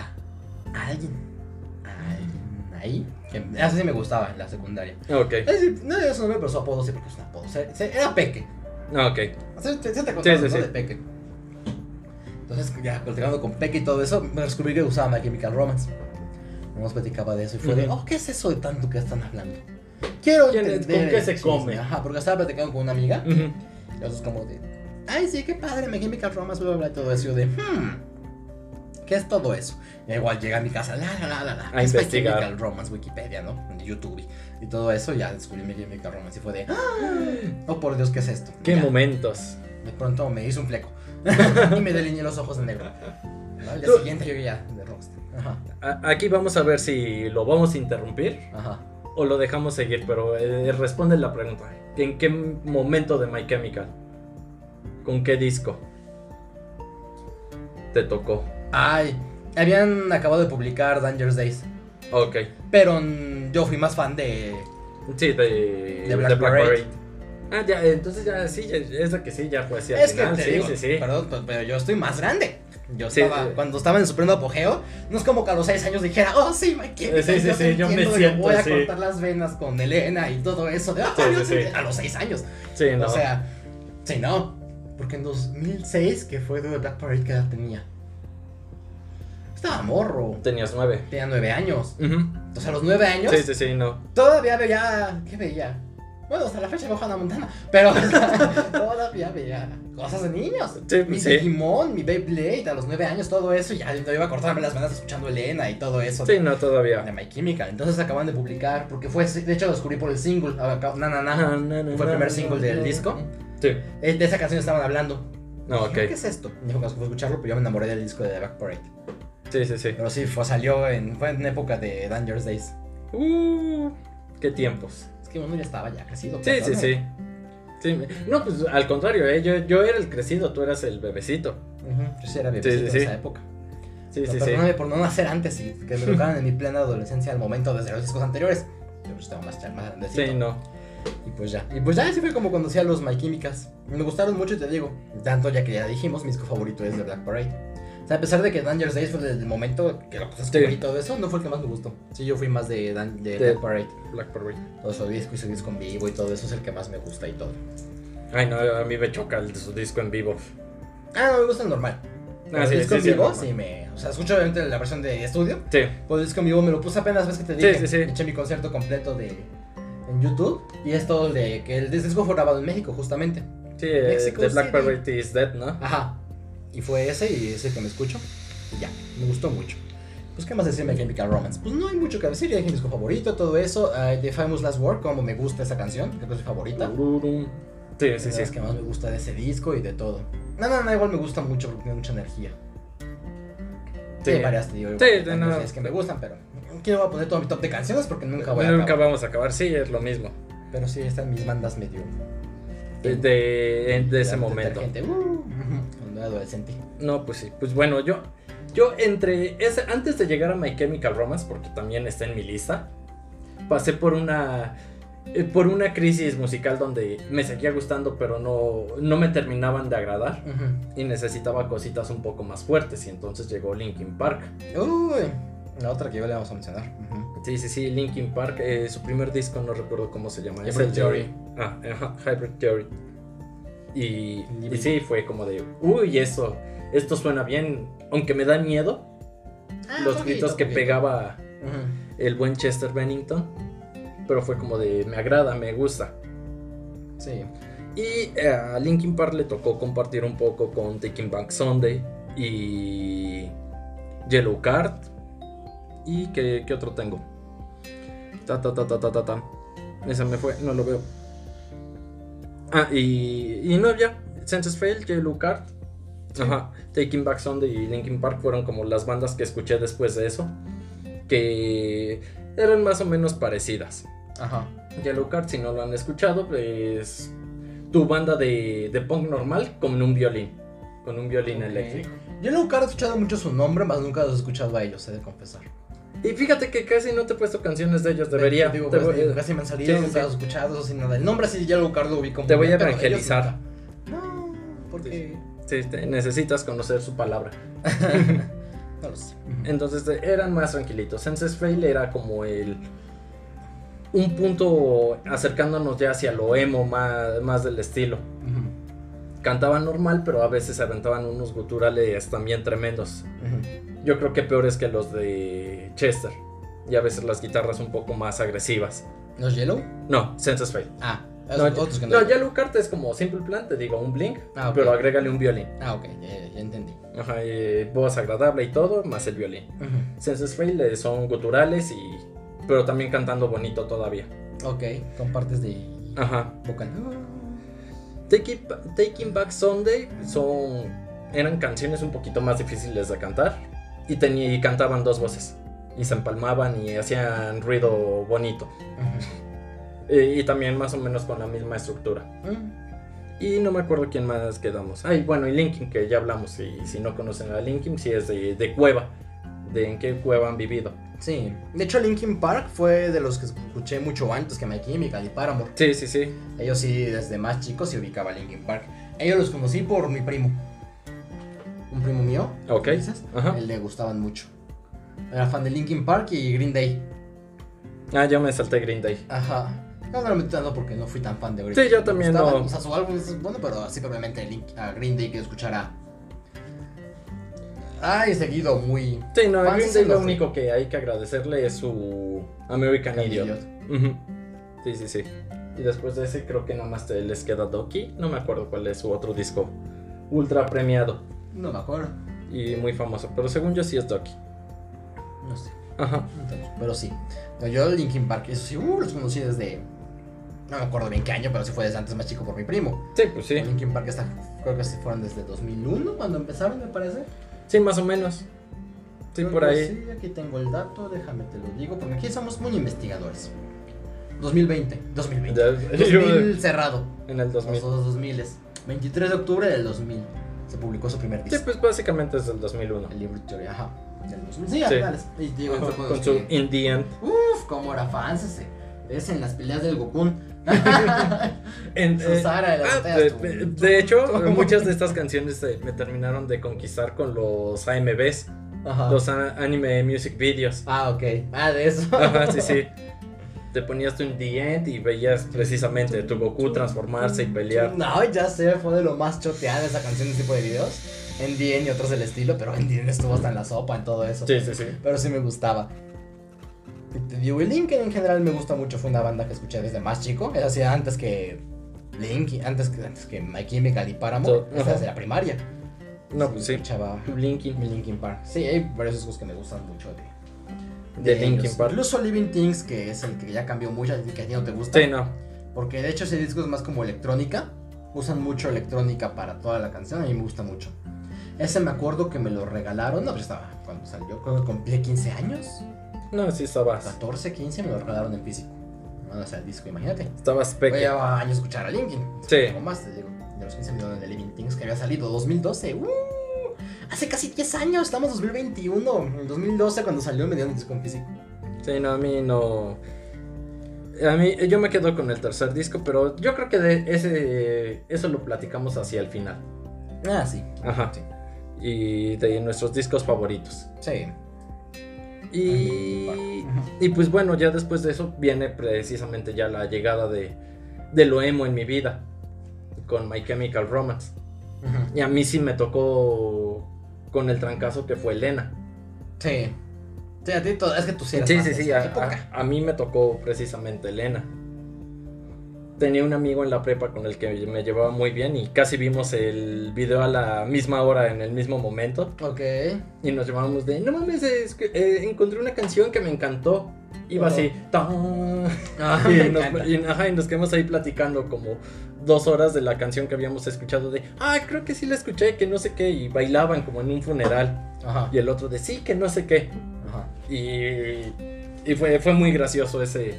Speaker 2: a alguien. a alguien ahí. Que así me gustaba en la secundaria.
Speaker 1: Ok.
Speaker 2: Es decir, no era su nombre, pero su apodo sí, porque es un apodo. se- se- era Peque.
Speaker 1: Ok.
Speaker 2: Se te, te
Speaker 1: Sí,
Speaker 2: contaron,
Speaker 1: sí,
Speaker 2: ¿no?
Speaker 1: sí.
Speaker 2: de Peque. Entonces, ya platicando con Peque y todo eso, me descubrí que usaba My Chemical Romance. Nos platicaba de eso y fue de,
Speaker 1: Ujú.
Speaker 2: oh, ¿qué es eso de tanto que están hablando? Quiero
Speaker 1: ¿Quién es?
Speaker 2: entender.
Speaker 1: ¿Con qué
Speaker 2: el
Speaker 1: se
Speaker 2: chisme".
Speaker 1: come?
Speaker 2: Ajá, porque estaba platicando con una amiga.
Speaker 1: Ujú.
Speaker 2: Y nosotros como de, ay, sí, qué padre, My Chemical Romance, bla, bla, bla, y todo eso. Y yo de, hmm, ¿qué es todo eso? Y igual llega a mi casa, la, la, la, la, la.
Speaker 1: A
Speaker 2: ¿qué es My
Speaker 1: investigar.
Speaker 2: Chemical Romance, Wikipedia, ¿no? YouTube y todo eso. Ya descubrí My Chemical Romance y fue de, ah, oh, por Dios, ¿qué es esto?
Speaker 1: Qué
Speaker 2: Ya.
Speaker 1: momentos.
Speaker 2: De pronto me hizo un fleco. y me delineé los ojos de negro. ¿No? Al día
Speaker 1: Tú-
Speaker 2: siguiente yo ya de rockstar. Ajá,
Speaker 1: A- aquí vamos a ver si lo vamos a interrumpir
Speaker 2: ajá.
Speaker 1: o lo dejamos seguir, pero eh, responde la pregunta. ¿En qué momento de My Chemical? ¿Con qué disco? Te tocó.
Speaker 2: Ay, habían acabado de publicar Dangerous Days,
Speaker 1: Ok.
Speaker 2: pero mm, yo fui más fan de...
Speaker 1: Sí, de,
Speaker 2: De Black Parade.
Speaker 1: Ah, ya, entonces ya, sí, ya- es la que sí, ya fue así al
Speaker 2: es
Speaker 1: final,
Speaker 2: que te
Speaker 1: sí,
Speaker 2: digo,
Speaker 1: sí, sí.
Speaker 2: perdón, pe- pero yo estoy más grande. Yo
Speaker 1: Sí,
Speaker 2: estaba,
Speaker 1: sí.
Speaker 2: cuando estaba en su pleno apogeo, no es como que a los 6 años dijera, oh sí, my Chemical,
Speaker 1: Sí, sí,
Speaker 2: yo
Speaker 1: sí,
Speaker 2: te
Speaker 1: yo me
Speaker 2: entiendo,
Speaker 1: siento,
Speaker 2: voy a
Speaker 1: sí.
Speaker 2: cortar las venas con Elena y todo eso. De, "Ah,
Speaker 1: Sí,
Speaker 2: yo
Speaker 1: sí,
Speaker 2: te
Speaker 1: sí.
Speaker 2: entiendo", A los 6 años.
Speaker 1: Sí, no.
Speaker 2: O sea, sí, no. Porque en 2006, que fue de Black Parade, ¿qué edad tenía? Estaba morro.
Speaker 1: Tenías nueve.
Speaker 2: Tenía 9 años.
Speaker 1: Ujú.
Speaker 2: Entonces a los 9 años,
Speaker 1: Sí, sí, sí, no.
Speaker 2: todavía veía. ¿Qué veía? Bueno, hasta la fecha veo Hannah Montana. Pero o sea, todavía veía cosas de niños.
Speaker 1: Sí,
Speaker 2: Mi
Speaker 1: sí.
Speaker 2: Digimon, mi Beyblade, a los 9 años, todo eso. Ya yo iba a cortarme las venas escuchando Elena y todo eso.
Speaker 1: Sí, no,
Speaker 2: De
Speaker 1: todavía.
Speaker 2: My Chemical. Entonces acaban de publicar, porque fue, de hecho lo descubrí por el single. ah, acá- Na, na, na.
Speaker 1: Ajá, na, na,
Speaker 2: Fue el
Speaker 1: na,
Speaker 2: primer
Speaker 1: na,
Speaker 2: single
Speaker 1: na,
Speaker 2: del
Speaker 1: na.
Speaker 2: disco.
Speaker 1: Sí.
Speaker 2: Eh, De esa canción estaban hablando.
Speaker 1: No, Ah,
Speaker 2: Dije,
Speaker 1: ok.
Speaker 2: ¿Qué es esto? Dijo que fue a escucharlo, pero yo me enamoré del disco de The Back Parade.
Speaker 1: Sí, sí, sí.
Speaker 2: Pero sí, fue, salió en, fue en época de Dangerous Days.
Speaker 1: Uh, qué tiempos.
Speaker 2: Es que uno ya estaba ya crecido.
Speaker 1: Sí, sí,
Speaker 2: perdóname.
Speaker 1: sí. Sí, me- No, pues al contrario, ¿eh? yo, yo era el crecido, tú eras el bebecito.
Speaker 2: Ujú, Yo sí era
Speaker 1: Sí,
Speaker 2: bebé
Speaker 1: sí,
Speaker 2: en
Speaker 1: sí.
Speaker 2: esa época.
Speaker 1: Sí,
Speaker 2: Pero
Speaker 1: sí, sí.
Speaker 2: perdóname por no nacer antes y que me tocaran en mi plena adolescencia al momento desde los discos anteriores. Yo pues estaba más, ch- más grandecito.
Speaker 1: Sí, no.
Speaker 2: Y pues ya. Y pues ya, así fue como conocí a los My Chemicals. Me gustaron mucho, te digo. Tanto ya que ya dijimos, mi disco favorito es The Black Parade. O sea, a pesar de que Dangerous Days fue desde el momento que lo descubrí
Speaker 1: Sí.
Speaker 2: y todo eso, no fue el que más me gustó. Sí, yo fui más de, Dan- de
Speaker 1: De-
Speaker 2: Black Parade.
Speaker 1: Black Parade.
Speaker 2: Todo su disco y su disco en vivo y todo eso es el que más me gusta y todo.
Speaker 1: Ay, no, a mí me choca el, su disco en vivo.
Speaker 2: Ah, no, me gusta el normal.
Speaker 1: Ah,
Speaker 2: el
Speaker 1: sí,
Speaker 2: disco
Speaker 1: sí, sí,
Speaker 2: en vivo,
Speaker 1: normal.
Speaker 2: sí me... O sea, escucho obviamente la versión de estudio,
Speaker 1: Sí.
Speaker 2: Pues el disco en vivo me lo puse apenas, ves que te
Speaker 1: Sí,
Speaker 2: dije.
Speaker 1: sí, sí.
Speaker 2: Eché mi concierto completo de en YouTube. Y es todo el de que el disco fue grabado en México, justamente.
Speaker 1: Sí, eh,
Speaker 2: Mexico
Speaker 1: The Black
Speaker 2: City.
Speaker 1: Parade is dead, ¿no?
Speaker 2: Ajá. Y fue ese y ese que me escucho. Y ya, me gustó mucho. Pues, ¿qué más decir de Chemical Romance? Pues no hay mucho que decir. Ya dije mi disco favorito, todo eso. Ah, The Famous Last Word, como me gusta esa canción, creo que es mi favorita.
Speaker 1: Tururum. Sí, sí,
Speaker 2: Sí,
Speaker 1: Uh, sí.
Speaker 2: es que más me gusta de ese disco y de todo. No, no, no, igual me gusta mucho porque tiene mucha energía. Sí,
Speaker 1: Sí.
Speaker 2: varias, te digo.
Speaker 1: Sí,
Speaker 2: igual,
Speaker 1: de nada.
Speaker 2: hay canciones que me gustan, pero aquí no voy a poner todo mi top de canciones porque nunca voy a
Speaker 1: Nunca
Speaker 2: acabar.
Speaker 1: vamos a acabar, sí, es lo mismo.
Speaker 2: Pero sí, están mis bandas medio.
Speaker 1: De, de- de ese
Speaker 2: Detergente,
Speaker 1: momento.
Speaker 2: uh, Cuando era adolescente.
Speaker 1: No, pues sí. Pues bueno, yo, yo entre ese, antes de llegar a My Chemical Romance, porque también está en mi lista, pasé por una, eh, por una crisis musical donde me seguía gustando, pero no, no me terminaban de agradar y necesitaba cositas un poco más fuertes. Y entonces llegó Linkin Park.
Speaker 2: Uy, la otra que yo le vamos a mencionar.
Speaker 1: Sí, sí, sí, Linkin Park. eh, su primer disco no recuerdo cómo se llama. es
Speaker 2: Hybrid
Speaker 1: el de-
Speaker 2: Theory.
Speaker 1: Ah, ajá, Hybrid Theory. Y,
Speaker 2: Híbrido.
Speaker 1: y sí, fue como de, uy, eso, esto suena bien, aunque me da miedo.
Speaker 2: Ah,
Speaker 1: los gritos que pegaba el buen Chester Bennington. Pero fue como de, me agrada, me gusta.
Speaker 2: Sí.
Speaker 1: Y eh, a Linkin Park le tocó compartir un poco con Taking Back Sunday y Yellow Card. ¿Y qué, qué otro tengo? Ta, ta, ta, ta, ta, ta, ta. Ese me fue, no lo veo. Ah, y, y no, ya. Census Fail, Yellow Card. Ajá. Taking Back Sunday y Linkin Park fueron como las bandas que escuché después de eso. Que eran más o menos parecidas.
Speaker 2: Ajá.
Speaker 1: Yellowcard, si no lo han escuchado, es tu banda de, de punk normal con un violín. Con un violín
Speaker 2: Ok.
Speaker 1: eléctrico.
Speaker 2: Yo nunca he escuchado mucho su nombre, más nunca los he escuchado a ellos, he de confesar.
Speaker 1: Y fíjate que casi no te he puesto canciones de ellos, debería.
Speaker 2: Te digo,
Speaker 1: te,
Speaker 2: pues,
Speaker 1: voy,
Speaker 2: casi me han salido,
Speaker 1: sí, sí,
Speaker 2: nunca
Speaker 1: sí.
Speaker 2: los he escuchado, sin nada. El nombre sí, ya lo lo vi como.
Speaker 1: te voy a
Speaker 2: pero ellos
Speaker 1: evangelizar.
Speaker 2: nunca. No, porque.
Speaker 1: Sí, te- necesitas conocer su palabra.
Speaker 2: no lo sé.
Speaker 1: Entonces eh, eran más tranquilitos. Senses Fail era como el. Un punto acercándonos ya hacia lo emo, más, más del estilo.
Speaker 2: Ujú,
Speaker 1: Cantaban normal, pero a veces aventaban unos guturales también tremendos.
Speaker 2: ujú.
Speaker 1: Yo creo que peores que los de Chester. Y a veces las guitarras un poco más agresivas.
Speaker 2: ¿Los Yellow?
Speaker 1: No, Census Fail.
Speaker 2: Ah,
Speaker 1: No,
Speaker 2: esos otros que
Speaker 1: No, ya Lucarte es como Simple Plan, te digo, un blink,
Speaker 2: Ah, ok.
Speaker 1: pero agrégale un violín.
Speaker 2: Ah, ok, ya, ya- ya entendí.
Speaker 1: Ajá, eh, voz agradable y todo, más el violín. Census Fail eh, son guturales y... Pero también cantando bonito todavía.
Speaker 2: Ok, compartes de
Speaker 1: Ajá.
Speaker 2: vocal.
Speaker 1: Take It Ba- Taking Back Sunday son eran canciones un poquito más difíciles de cantar y, tenía, y cantaban dos voces y se empalmaban y hacían ruido bonito. Eh, y también más o menos con la misma estructura. Y no me acuerdo quién más quedamos. Ay, bueno, y Linkin, que ya hablamos. Y si no conocen a Linkin, si es de, de cueva. De en qué cueva han vivido.
Speaker 2: Sí. De hecho, Linkin Park fue de los que escuché mucho antes que My Chemical y Paramore.
Speaker 1: Sí, sí, sí.
Speaker 2: Ellos sí, desde más chicos, se ubicaba Linkin Park. Ellos los conocí por mi primo. Un primo mío.
Speaker 1: Ok.
Speaker 2: quizás,
Speaker 1: Ajá.
Speaker 2: Él le gustaban mucho. Era fan de Linkin Park y Green Day.
Speaker 1: Ah, yo me salté Green Day.
Speaker 2: Ajá. No, no, no, porque no fui tan fan de Green
Speaker 1: Sí,
Speaker 2: Day.
Speaker 1: yo
Speaker 2: Me
Speaker 1: también
Speaker 2: gustaban,
Speaker 1: no.
Speaker 2: O sea, su álbum es bueno, pero así probablemente Link- a Green Day quiero escuchar a. Ay, seguido, muy.
Speaker 1: Sí, no, a
Speaker 2: Fans
Speaker 1: Green
Speaker 2: sí
Speaker 1: Day lo
Speaker 2: los-
Speaker 1: único que hay que agradecerle es su American Idiot. Ujú. Sí, sí, sí. Y después de ese creo que nada más te- les queda Doki. No me acuerdo cuál es su otro disco. Ultra premiado
Speaker 2: No me acuerdo.
Speaker 1: y muy famoso. Pero según yo sí es Doki.
Speaker 2: No sé.
Speaker 1: Ajá.
Speaker 2: Entonces, pero sí. No, yo Linkin Park, eso sí, uh, los conocí desde. No me acuerdo bien qué año, pero sí fue desde antes más chico por mi primo.
Speaker 1: Sí, pues sí.
Speaker 2: Linkin Park está, creo que se fueron desde 2001 cuando empezaron, me parece.
Speaker 1: Sí, más o menos. Sí,
Speaker 2: Creo
Speaker 1: por
Speaker 2: que
Speaker 1: ahí.
Speaker 2: Sí, aquí tengo el dato, déjame te lo digo, porque aquí somos muy investigadores. 2020, 2020.
Speaker 1: Ya-
Speaker 2: 2000 cerrado.
Speaker 1: En el 2000.
Speaker 2: Los dos 2000 es 23 de octubre del 2000 se publicó su primer
Speaker 1: Sí,
Speaker 2: disco.
Speaker 1: pues básicamente es del 2001.
Speaker 2: El libro de teoría, ajá. Del 2000. Sí,
Speaker 1: Sí.
Speaker 2: apenas. Y digo, fue cuando
Speaker 1: Con su
Speaker 2: escribí.
Speaker 1: In the End.
Speaker 2: Uf, cómo era fan ese. Es en las peleas del Goku.
Speaker 1: En- eh,
Speaker 2: Susara, la
Speaker 1: ah,
Speaker 2: batalla,
Speaker 1: de,
Speaker 2: tú.
Speaker 1: de- de hecho, muchas de estas canciones eh, me terminaron de conquistar con los AMVs,
Speaker 2: Ajá.
Speaker 1: los a- anime music videos.
Speaker 2: Ah, ok. Ah, de eso.
Speaker 1: Ajá, sí, sí. Te ponías tu In the End y veías precisamente tu Goku transformarse y pelear.
Speaker 2: No, ya sé, fue de lo más choteado esa canción, ese tipo de videos. En y otros del estilo, pero en estuvo hasta en la sopa, en todo eso.
Speaker 1: Sí, sí, sí.
Speaker 2: Pero sí me gustaba. Y Te digo, y Linkin en general me gusta mucho, fue una banda que escuché desde más chico. Era así antes que Linkin, antes que, antes que My Chemical y Paramore.
Speaker 1: So,
Speaker 2: esa
Speaker 1: ajá.
Speaker 2: desde la primaria.
Speaker 1: No, pues sí.
Speaker 2: Escuchaba
Speaker 1: Linkin.
Speaker 2: mi Linkin Park. Sí, hay varios discos que me gustan mucho de,
Speaker 1: De
Speaker 2: ellos.
Speaker 1: Linkin Park.
Speaker 2: Incluso Living Things, que es el que ya cambió mucho, el que a ti no te gusta.
Speaker 1: Sí, no.
Speaker 2: Porque de hecho ese disco es más como electrónica. Usan mucho electrónica para toda la canción. A mí me gusta mucho. Ese me acuerdo que me lo regalaron. No, pero estaba cuando salió. Creo que cumplí 15 años.
Speaker 1: No, sí estabas.
Speaker 2: 14, 15 me lo regalaron en físico. No, o sea, el disco, imagínate.
Speaker 1: Estabas
Speaker 2: Yo
Speaker 1: pequeño.
Speaker 2: llevaba años escuchar a Linkin.
Speaker 1: Sí.
Speaker 2: O más, te digo. De los 15 millones de Living Things que había salido. 2012. ¡Uh! Hace casi 10 años. Estamos 2021. En 2012 cuando salió me dieron el disco en físico.
Speaker 1: Sí, no, a mí no. A mí, yo me quedo con el tercer disco, pero yo creo que de ese, eso lo platicamos hacia el final.
Speaker 2: Ah, sí.
Speaker 1: Ajá.
Speaker 2: Sí.
Speaker 1: Y de nuestros discos favoritos.
Speaker 2: Sí.
Speaker 1: Y, y pues bueno, ya después de eso viene precisamente ya la llegada de, de lo emo en mi vida con My Chemical Romance.
Speaker 2: Ujú.
Speaker 1: Y a mí sí me tocó con el trancazo que fue Elena.
Speaker 2: Sí. Sí, a ti todo, es que tú sí eras
Speaker 1: Sí,
Speaker 2: más
Speaker 1: sí,
Speaker 2: de
Speaker 1: sí,
Speaker 2: esa
Speaker 1: a,
Speaker 2: época.
Speaker 1: a- a mí me tocó precisamente Elena. Tenía un amigo en la prepa con el que me llevaba muy bien y casi vimos el video a la misma hora, en el mismo momento.
Speaker 2: Ok.
Speaker 1: Y nos llevábamos de, no mames, es que, eh, encontré una canción que me encantó. Iba
Speaker 2: Oh.
Speaker 1: así, "Tan".
Speaker 2: Ah,
Speaker 1: y,
Speaker 2: me
Speaker 1: nos,
Speaker 2: encanta.
Speaker 1: y- ajá, y nos quedamos ahí platicando como dos horas de la canción que habíamos escuchado de, ah, creo que sí la escuché, que no sé qué, y bailaban como en un funeral.
Speaker 2: Ajá.
Speaker 1: Y el otro de, sí, que no sé qué.
Speaker 2: Ajá.
Speaker 1: Y, y fue, fue muy gracioso ese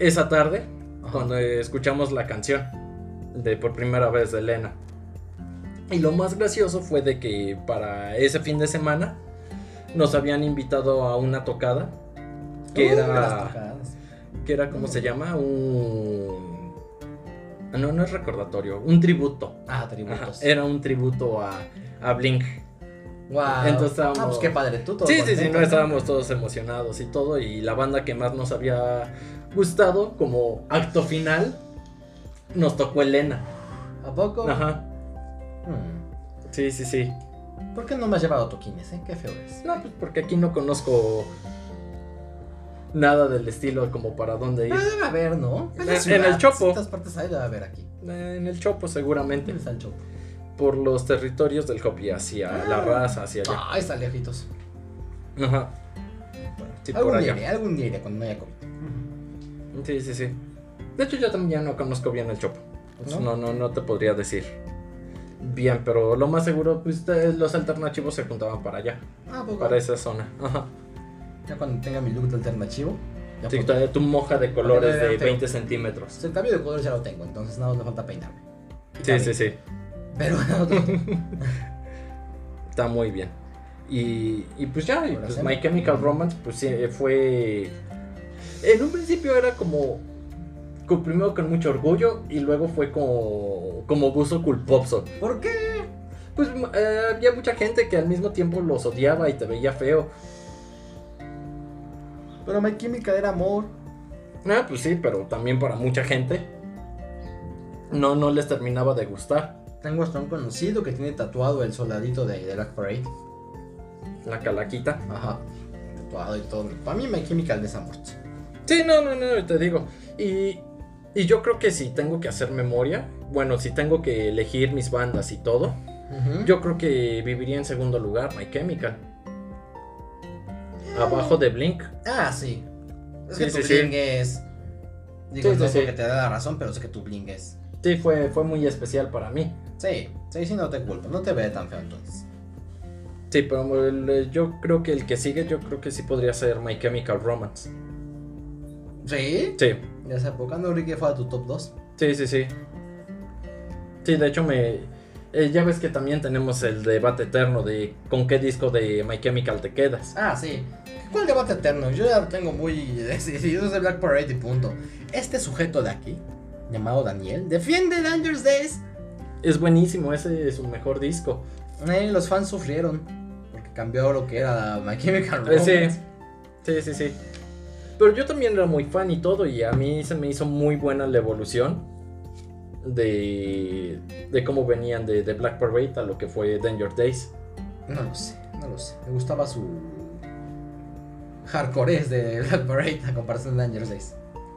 Speaker 1: esa tarde
Speaker 2: Ajá.
Speaker 1: cuando eh, escuchamos la canción de por primera vez de Elena. Y lo más gracioso fue de que para ese fin de semana nos habían invitado a una tocada que
Speaker 2: Uh, las
Speaker 1: era
Speaker 2: tocadas.
Speaker 1: que era cómo se llama un no no es recordatorio, un tributo.
Speaker 2: Ah,
Speaker 1: Ajá,
Speaker 2: tributos.
Speaker 1: era un tributo a, a Blink.
Speaker 2: Wow.
Speaker 1: Entonces
Speaker 2: Ah,
Speaker 1: estábamos-
Speaker 2: pues qué padre, tú todo
Speaker 1: Sí, sí, sí,
Speaker 2: contento.
Speaker 1: no estábamos todos emocionados y todo, y la banda que más nos había gustado como acto final nos tocó Elena.
Speaker 2: ¿A poco?
Speaker 1: Ajá.
Speaker 2: Hmm.
Speaker 1: Sí, sí, sí.
Speaker 2: ¿Por qué no me has llevado toquines, eh? Qué feo es.
Speaker 1: No, pues porque aquí no conozco nada del estilo como para dónde ir.
Speaker 2: Ah, debe haber, ¿no?
Speaker 1: En-
Speaker 2: la
Speaker 1: en
Speaker 2: ciudad,
Speaker 1: el Chopo.
Speaker 2: En estas partes ahí debe haber aquí.
Speaker 1: Eh, En el Chopo seguramente,
Speaker 2: ¿Dónde está el Chopo?
Speaker 1: por los territorios del Hopi hacia la raza, hacia allá.
Speaker 2: Ah, ahí está lejitos.
Speaker 1: Ajá. Sí,
Speaker 2: algún
Speaker 1: por
Speaker 2: día
Speaker 1: allá.
Speaker 2: iré, algún día iré cuando no haya COVID.
Speaker 1: Sí, sí, sí. De hecho yo también no conozco bien el Chopo.
Speaker 2: ¿No?
Speaker 1: No, no, no te podría decir. bien, pero lo más seguro, pues te- los alternativos se juntaban para allá,
Speaker 2: Ah, poco.
Speaker 1: para esa zona. Ajá.
Speaker 2: Ya cuando tenga mi look de alternativo. Ya
Speaker 1: Sí,
Speaker 2: pondré-
Speaker 1: todavía tu moja de colores de
Speaker 2: Obviamente.
Speaker 1: 20 centímetros.
Speaker 2: el cambio de color ya lo tengo, entonces nada más me falta peinarme.
Speaker 1: Sí,
Speaker 2: Y también-
Speaker 1: sí, sí.
Speaker 2: Pero ahora
Speaker 1: Está muy bien. Y, y pues ya, y
Speaker 2: Ahora
Speaker 1: pues
Speaker 2: sí.
Speaker 1: My Chemical Romance, pues sí, eh, fue. En un principio era como. co- Primero con mucho orgullo y luego fue como. Como gusto culposo.
Speaker 2: ¿Por qué?
Speaker 1: Pues m- eh, había mucha gente que al mismo tiempo los odiaba y te veía feo.
Speaker 2: Pero My Chemical era amor.
Speaker 1: Ah, pues sí, pero también para mucha gente. No, no les terminaba de gustar.
Speaker 2: Tengo hasta un conocido que tiene tatuado el soldadito de, de Black Parade.
Speaker 1: La calaquita.
Speaker 2: Ajá. Tatuado y todo. Para mí My Chemical es amor.
Speaker 1: Sí, no, no, no, te digo. Y, y yo creo que si tengo que hacer memoria, bueno, si tengo que elegir mis bandas y todo, yo creo que viviría en segundo lugar My Chemical. Abajo de Blink.
Speaker 2: Ah, sí. Es que
Speaker 1: Sí,
Speaker 2: tu
Speaker 1: sí, sí.
Speaker 2: bling es. Digo,
Speaker 1: Sí, sí,
Speaker 2: no
Speaker 1: sí.
Speaker 2: porque te da la razón, pero sé que tu bling es.
Speaker 1: Sí, fue, fue muy especial para mí.
Speaker 2: Sí, sí, sí, no te culpo. No te ve tan feo entonces.
Speaker 1: Sí, pero el- yo creo que el que sigue, yo creo que sí podría ser My Chemical Romance.
Speaker 2: ¿Sí?
Speaker 1: Sí,
Speaker 2: Ya se época no creí que fuera tu top 2.
Speaker 1: sí, sí, sí. Sí, de hecho me... eh, ya ves que también tenemos el debate eterno de con qué disco de My Chemical te quedas.
Speaker 2: Ah, sí. ¿Cuál debate eterno? Yo ya lo tengo muy decidido. Es de Black Parade y punto. Este sujeto de aquí, llamado Daniel, defiende Dangerous Days.
Speaker 1: Es buenísimo, ese es su mejor disco.
Speaker 2: Eh, los fans sufrieron. Porque cambió lo que era My Chemical
Speaker 1: Eh,
Speaker 2: Romance.
Speaker 1: sí, sí, sí, sí. Pero yo también era muy fan y todo, y a mí se me hizo muy buena la evolución de, de cómo venían de, de Black Parade a lo que fue Danger Days.
Speaker 2: No lo sé, no lo sé. Me gustaba su hardcore es de Black Parade a comparación de Dangerous Days.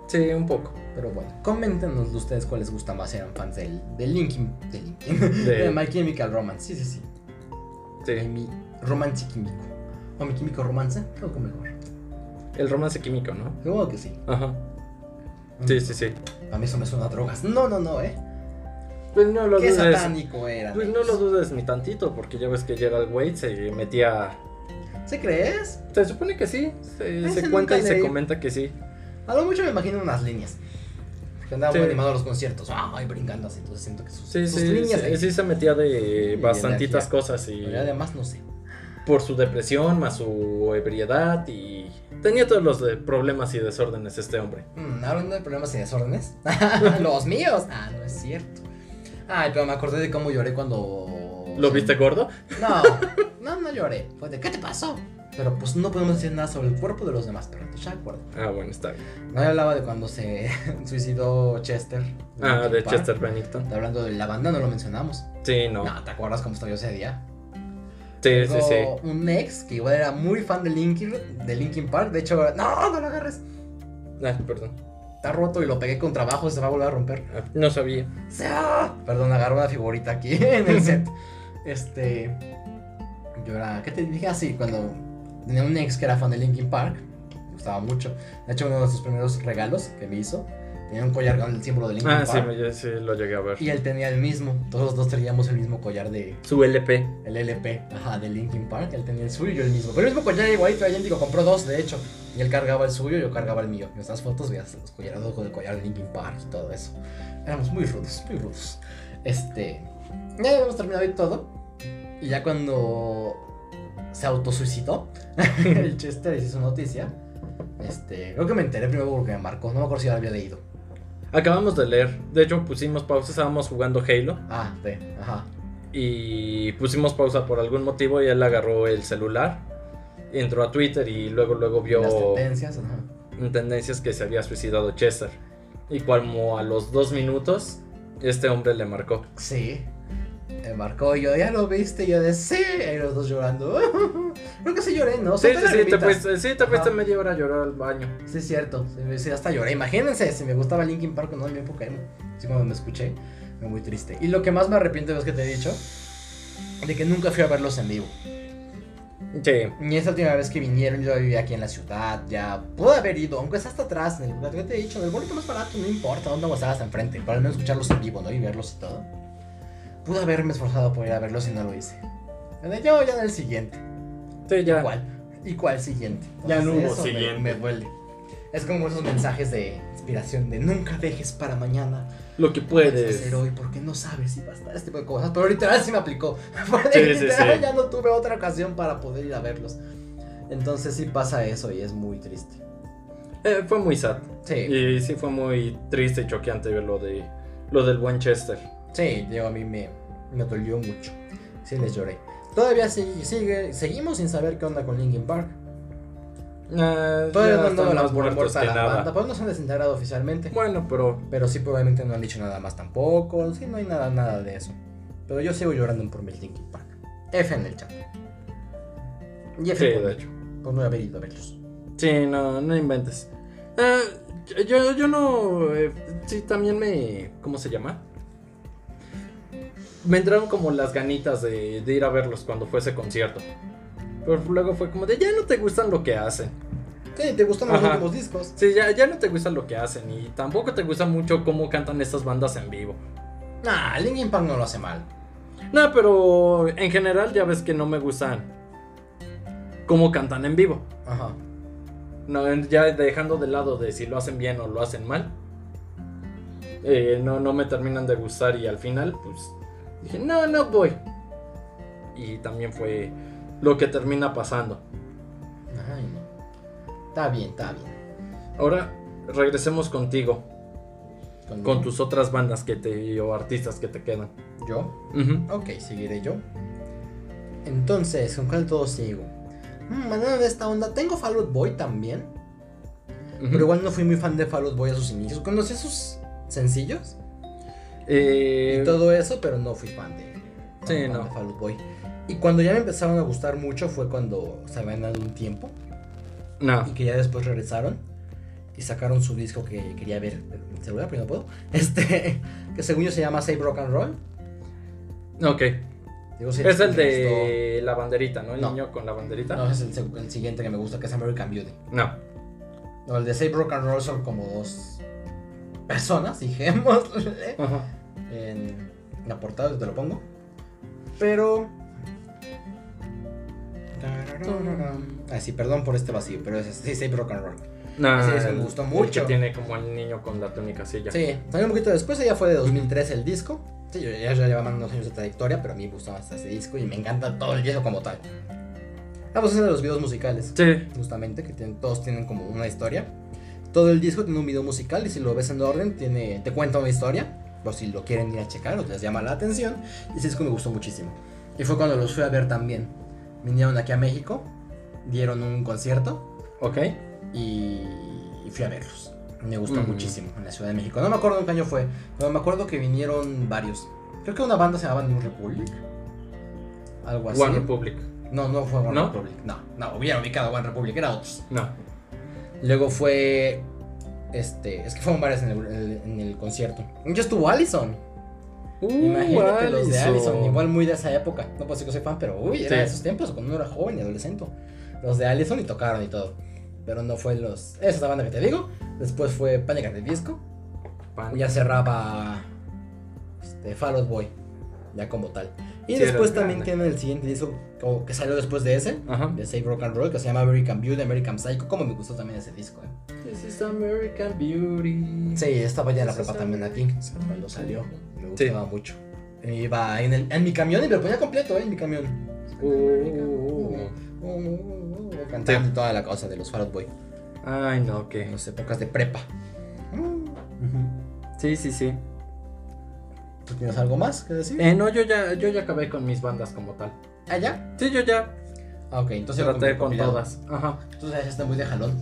Speaker 1: Sí, un poco.
Speaker 2: Pero bueno, coméntenos ustedes cuál les gusta más. Eran fans del, del Linkin, del Linkin,
Speaker 1: De-
Speaker 2: de My Chemical Romance. Sí, sí, sí. De
Speaker 1: Sí,
Speaker 2: mi romance químico. O mi químico romance, creo que mejor.
Speaker 1: el romance químico, ¿no?
Speaker 2: Creo que sí.
Speaker 1: Ajá. Sí, sí, sí.
Speaker 2: A mí eso me suena a drogas. No, no, no, eh.
Speaker 1: Pues no lo
Speaker 2: Qué
Speaker 1: dudes.
Speaker 2: satánico era.
Speaker 1: Pues no lo dudes ni tantito, porque ya ves que Gerald Wade se metía.
Speaker 2: ¿Se crees?
Speaker 1: Se supone que sí. Se, se
Speaker 2: Ese nunca
Speaker 1: cuenta y se
Speaker 2: leí.
Speaker 1: comenta que sí.
Speaker 2: A lo mucho me imagino unas líneas. Que andaba
Speaker 1: Sí.
Speaker 2: muy animado a los conciertos. Ay, brincando así. Entonces siento que sus,
Speaker 1: Sí,
Speaker 2: sus
Speaker 1: sí,
Speaker 2: líneas.
Speaker 1: sí,
Speaker 2: ahí.
Speaker 1: Pues sí se metía de
Speaker 2: energía.
Speaker 1: bastantitas cosas y
Speaker 2: Pero además no sé.
Speaker 1: por su depresión más su ebriedad y tenía todos los de- problemas y desórdenes este hombre.
Speaker 2: Mm, hablando de problemas y desórdenes. Los míos. Ah, no es cierto. Ay, pero me acordé de cómo lloré cuando.
Speaker 1: ¿Lo viste gordo?
Speaker 2: No, no, no lloré. Fue de, ¿qué te pasó? Pero pues no podemos decir nada sobre el cuerpo de los demás, pero ya acuerdo.
Speaker 1: Ah, bueno, está bien.
Speaker 2: No yo hablaba de cuando se suicidó Chester.
Speaker 1: Ah, de
Speaker 2: Park.
Speaker 1: Chester Bennington.
Speaker 2: Hablando de la banda, no lo mencionamos.
Speaker 1: Sí, no.
Speaker 2: No, ¿te acuerdas cómo estaba yo ese día?
Speaker 1: Sí, sí, sí.
Speaker 2: Tengo Un ex que igual era muy fan de Linkin, de Linkin Park. De hecho, no, no lo agarres.
Speaker 1: Ah, perdón.
Speaker 2: Está roto y lo pegué con trabajo, se va a volver a romper.
Speaker 1: Ah, No sabía.
Speaker 2: Sí, ah. Perdón, agarro una figurita aquí en el set. Este. Yo era. ¿Qué te dije? Así, cuando tenía un ex que era fan de Linkin Park, me gustaba mucho. De hecho, uno de sus primeros regalos que me hizo tenía un collar con el símbolo de Linkin
Speaker 1: Ah, sí,
Speaker 2: Park.
Speaker 1: me- yo sí, lo llegué a ver.
Speaker 2: Y él tenía el mismo. Todos los dos teníamos el mismo collar de.
Speaker 1: Su LP.
Speaker 2: El LP, ajá, de Linkin Park. Él tenía el suyo y yo el mismo. Pero pues el mismo collar igualito, idéntico. Compró dos, de hecho. Y él cargaba el suyo, yo cargaba el mío. En estas fotos veías los collares con el collar de Linkin Park y todo eso. Éramos muy rudos, muy rudos. Este. Ya habíamos terminado y todo. Y ya cuando se autosuicidó, el Chester hizo su noticia. Este, creo que me enteré primero porque me marcó. No me acuerdo si ya lo había leído.
Speaker 1: Acabamos de leer. De hecho, pusimos pausa, estábamos jugando Halo
Speaker 2: Ah, sí, ajá.
Speaker 1: y pusimos pausa por algún motivo y él agarró el celular, entró a Twitter y luego luego vio
Speaker 2: Las tendencias, ajá.
Speaker 1: en tendencias que se había suicidado Chester. Y como a los dos minutos, este hombre le marcó.
Speaker 2: Sí. Me marcó y yo, ya lo viste, y yo de sí, y los dos llorando. Creo que sí lloré, ¿no?
Speaker 1: Sí,
Speaker 2: Son
Speaker 1: sí, sí, te
Speaker 2: lagrimitas.
Speaker 1: fuiste, sí, te fuiste
Speaker 2: Ajá.
Speaker 1: media hora a llorar al baño.
Speaker 2: Sí, es cierto. Sí, sí, hasta lloré. Imagínense, si me gustaba Linkin Park, no en mi época emo. Así como me escuché, fue muy triste. Y lo que más me arrepiento es que te he dicho, de que nunca fui a verlos en vivo.
Speaker 1: Sí,
Speaker 2: Ni esa última vez que vinieron, yo vivía aquí en la ciudad, ya pude haber ido, aunque sea hasta atrás, en el lugar que te he dicho, en el boleto más barato, no importa, dónde vas hasta enfrente, para al menos escucharlos en vivo, ¿no? Y verlos y todo. Pude haberme esforzado por ir a verlo si no lo hice. En el- Yo ya en el siguiente.
Speaker 1: Sí, ya.
Speaker 2: ¿Cuál? ¿Y cuál siguiente? Pues
Speaker 1: Ya no hubo
Speaker 2: eso me-
Speaker 1: siguiente.
Speaker 2: Me, duele. Es como esos mensajes de inspiración de nunca dejes para mañana.
Speaker 1: Lo que
Speaker 2: Puedes
Speaker 1: puedes.
Speaker 2: hacer hoy porque no sabes si va a estar este tipo de cosas. Pero literal sí me aplicó.
Speaker 1: sí,
Speaker 2: literal
Speaker 1: sí.
Speaker 2: ya no tuve otra ocasión para poder ir a verlos. Entonces sí pasa eso y es muy triste.
Speaker 1: Eh, fue muy sad.
Speaker 2: Sí,
Speaker 1: Y sí fue muy triste y choqueante ver lo de lo del Winchester.
Speaker 2: sí, digo, a mí me, me dolió mucho. Sí les lloré. Todavía sí- sigue, seguimos sin saber qué onda con Linkin Park.
Speaker 1: Ah, ya
Speaker 2: Todavía no
Speaker 1: están
Speaker 2: han
Speaker 1: más
Speaker 2: dado la
Speaker 1: muertos
Speaker 2: muerte a
Speaker 1: que
Speaker 2: la
Speaker 1: nada.
Speaker 2: banda. Pues no se han desintegrado oficialmente.
Speaker 1: Bueno, pero
Speaker 2: Pero sí, probablemente no han dicho nada más tampoco. Sí, no hay nada, nada de eso. Pero yo sigo llorando por mi Linkin Park. F en el chat. Y F
Speaker 1: sí,
Speaker 2: por,
Speaker 1: de hecho.
Speaker 2: por no haber ido a verlos.
Speaker 1: Sí, no, no inventes. Eh, yo, yo no. eh, sí, también me. ¿Cómo se llama? Me entraron como las ganitas de, de ir a verlos cuando fue ese concierto. Pero luego fue como de ya no te gustan lo que hacen.
Speaker 2: Sí, ¿te gustan
Speaker 1: Ajá.
Speaker 2: los últimos discos?
Speaker 1: Sí, ya, ya no te gustan lo que hacen. Y tampoco te gusta mucho cómo cantan estas bandas en vivo.
Speaker 2: Nah, Linkin Park no lo hace mal.
Speaker 1: No, pero en general ya ves que no me gustan cómo cantan en vivo.
Speaker 2: Ajá.
Speaker 1: No, ya dejando de lado de si lo hacen bien o lo hacen mal. eh, no, no me terminan de gustar y al final, pues dije, no, no voy. Y también fue lo que termina pasando.
Speaker 2: Ay, no. Está bien, está bien.
Speaker 1: Ahora regresemos contigo, con tus otras bandas que te, o artistas que te quedan.
Speaker 2: Yo.
Speaker 1: Ujú.
Speaker 2: Ok, seguiré yo. Entonces, ¿con cuál todo sigo? Mm, andando de esta onda, tengo Fall Out Boy también.
Speaker 1: Ujú.
Speaker 2: Pero igual no fui muy fan de Fall Out Boy a sus inicios. Conocí sus sencillos
Speaker 1: Eh,
Speaker 2: y todo eso, pero no fui fan de,
Speaker 1: Sí,
Speaker 2: fan
Speaker 1: no.
Speaker 2: de Fall Out Boy. Y cuando ya me empezaron a gustar mucho fue cuando se habían dado un tiempo
Speaker 1: no.
Speaker 2: y que ya después regresaron y sacaron su disco que quería ver. en celular, pero no puedo. Este, que según yo se llama Save Rock and Roll.
Speaker 1: Ok.
Speaker 2: Digo, sí,
Speaker 1: Es el
Speaker 2: me gustó.
Speaker 1: de la banderita, ¿no? El
Speaker 2: No.
Speaker 1: niño con la banderita.
Speaker 2: No, ese es el, seg- el siguiente que me gusta, que es American Beauty.
Speaker 1: No.
Speaker 2: No, el de Save Rock and Roll son como dos personas, dijémosle.
Speaker 1: Ajá.
Speaker 2: En la portada te lo pongo. Pero. Ah, sí, perdón por este vacío, pero es sí, Save Rock and Roll.
Speaker 1: No,
Speaker 2: Ese- ese me gustó
Speaker 1: el
Speaker 2: mucho.
Speaker 1: que tiene como el niño con la túnica silla.
Speaker 2: Sí, salió un poquito después, ya fue de 2003 el disco. Sí, yo- ya, ya lleva más de unos años de trayectoria, pero a mí me gustaba hasta ese disco y me encanta todo el disco como tal. Ah, Vamos a hacer los videos musicales.
Speaker 1: Sí.
Speaker 2: justamente, que tienen- todos tienen como una historia. Todo el disco tiene un video musical y si lo ves en orden, tiene, te cuenta una historia. Por si lo quieren ir a checar o les llama la atención. Y ese disco me gustó muchísimo. Y fue cuando los fui a ver también. Vinieron aquí a México, dieron un concierto
Speaker 1: Ok.
Speaker 2: y, y fui a verlos. Me gustó
Speaker 1: Mm.
Speaker 2: muchísimo en la Ciudad de México. No me acuerdo en qué año fue, pero me acuerdo que vinieron varios. Creo que una banda se llamaba New Republic. Algo así.
Speaker 1: One Republic.
Speaker 2: No, no fue One
Speaker 1: ¿No?
Speaker 2: Republic. No, no, hubiera ubicado One Republic, era otros.
Speaker 1: No.
Speaker 2: Luego fue. Este. Es que fueron varias en el, en- en el concierto. Ya estuvo Allison.
Speaker 1: Uh,
Speaker 2: Imagínate los de
Speaker 1: Allison.
Speaker 2: Allison. Igual muy de esa época. No puedo decir que soy fan, pero uy, era
Speaker 1: Sí.
Speaker 2: de esos tiempos cuando uno era joven y adolescente. Los de Allison y tocaron y todo. Pero no fue los. Esa es la banda que te digo. Después fue Panic at the Disco.
Speaker 1: Pan-
Speaker 2: Ya cerraba. Este. Fall Out Boy. Ya como tal. Y
Speaker 1: Sí, era
Speaker 2: después
Speaker 1: el
Speaker 2: también
Speaker 1: grande.
Speaker 2: tienen el siguiente disco. o que salió después de ese.
Speaker 1: Ajá.
Speaker 2: De Save Rock and Roll. Que se llama American Beauty, American Psycho. Como me gustó también ese disco, eh.
Speaker 1: This is American Beauty.
Speaker 2: Sí, estaba ya en la
Speaker 1: Eso
Speaker 2: prepa
Speaker 1: está
Speaker 2: también
Speaker 1: bien.
Speaker 2: aquí.
Speaker 1: Está
Speaker 2: Cuando
Speaker 1: bien.
Speaker 2: salió. Me
Speaker 1: Sí.
Speaker 2: gustaba mucho. Iba en, el- en mi camión y me lo ponía completo, ¿eh? En mi camión.
Speaker 1: Uh.
Speaker 2: Uh, uh, uh, Cantando
Speaker 1: Sí.
Speaker 2: toda la cosa de los Fall Out Boy.
Speaker 1: Ay, no,
Speaker 2: En
Speaker 1: que.
Speaker 2: las épocas de prepa.
Speaker 1: Sí, sí, sí.
Speaker 2: ¿Tú tienes algo más que decir?
Speaker 1: Eh, no, yo ya, yo ya acabé con mis bandas como tal.
Speaker 2: ¿Allá?
Speaker 1: Sí, yo ya
Speaker 2: Ah, ok. Entonces lo
Speaker 1: traté con
Speaker 2: compilado.
Speaker 1: todas. Ajá.
Speaker 2: Entonces ya está muy de jalón.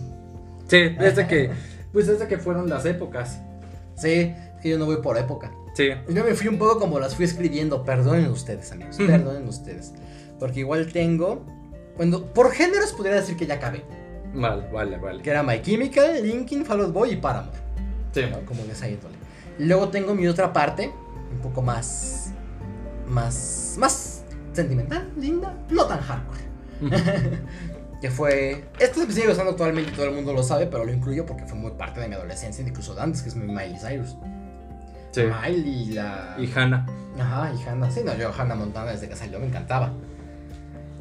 Speaker 1: Sí, desde que. Pues desde que fueron las épocas.
Speaker 2: Sí, es que yo no voy por época.
Speaker 1: Sí.
Speaker 2: Yo me fui un poco como las fui escribiendo. Perdonen ustedes, amigos.
Speaker 1: Ujú.
Speaker 2: Perdonen ustedes. Porque igual tengo. Cuando, por géneros podría decir que ya acabé.
Speaker 1: Vale, vale, vale.
Speaker 2: Que era My Chemical, Linkin, Fall Out Boy y Paramore.
Speaker 1: Sí.
Speaker 2: ¿no? Como en esa índole. Luego tengo mi otra parte, un poco más. más. más sentimental, linda, no tan hardcore. que fue. Esto me sigue gustando actualmente, todo el mundo lo sabe, pero lo incluyo porque fue muy parte de mi adolescencia, incluso de antes, que es mi Miley Cyrus.
Speaker 1: Sí.
Speaker 2: Miley y la.
Speaker 1: Ah. Y Hannah.
Speaker 2: Ajá, y Hannah. Sí, no, yo Hannah Montana desde que salió me encantaba.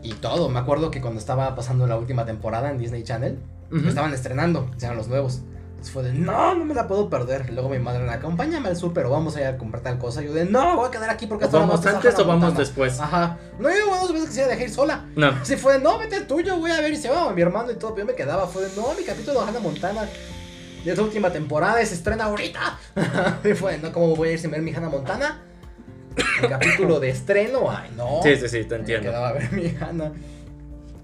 Speaker 2: Y todo, me acuerdo que cuando estaba pasando la última temporada en Disney Channel, lo
Speaker 1: Ujú.
Speaker 2: estaban estrenando, eran los nuevos. Entonces fue de, no, no me la puedo perder. Y luego mi madre, acompáñame al súper o vamos a ir a comprar tal cosa. Y yo de, no, voy a quedar aquí
Speaker 1: ¿O
Speaker 2: porque hasta ahora
Speaker 1: ¿Vamos
Speaker 2: no está
Speaker 1: antes o
Speaker 2: Hannah
Speaker 1: vamos
Speaker 2: Montana".
Speaker 1: después?
Speaker 2: Ajá. No, yo bueno, dos veces que se iba a dejar ir sola.
Speaker 1: No.
Speaker 2: Así fue de, no, vete al tuyo, voy a ver. Y se va mi hermano y todo. Pero yo me quedaba. Fue de, no, mi capítulo de Hannah Montana. De esta última temporada y se estrena ahorita. y fue de, no, ¿cómo voy a ir sin ver mi Hannah Montana? El capítulo de estreno, ay, no.
Speaker 1: Sí, sí, sí, te
Speaker 2: Me
Speaker 1: entiendo.
Speaker 2: quedaba a ver mi Hannah.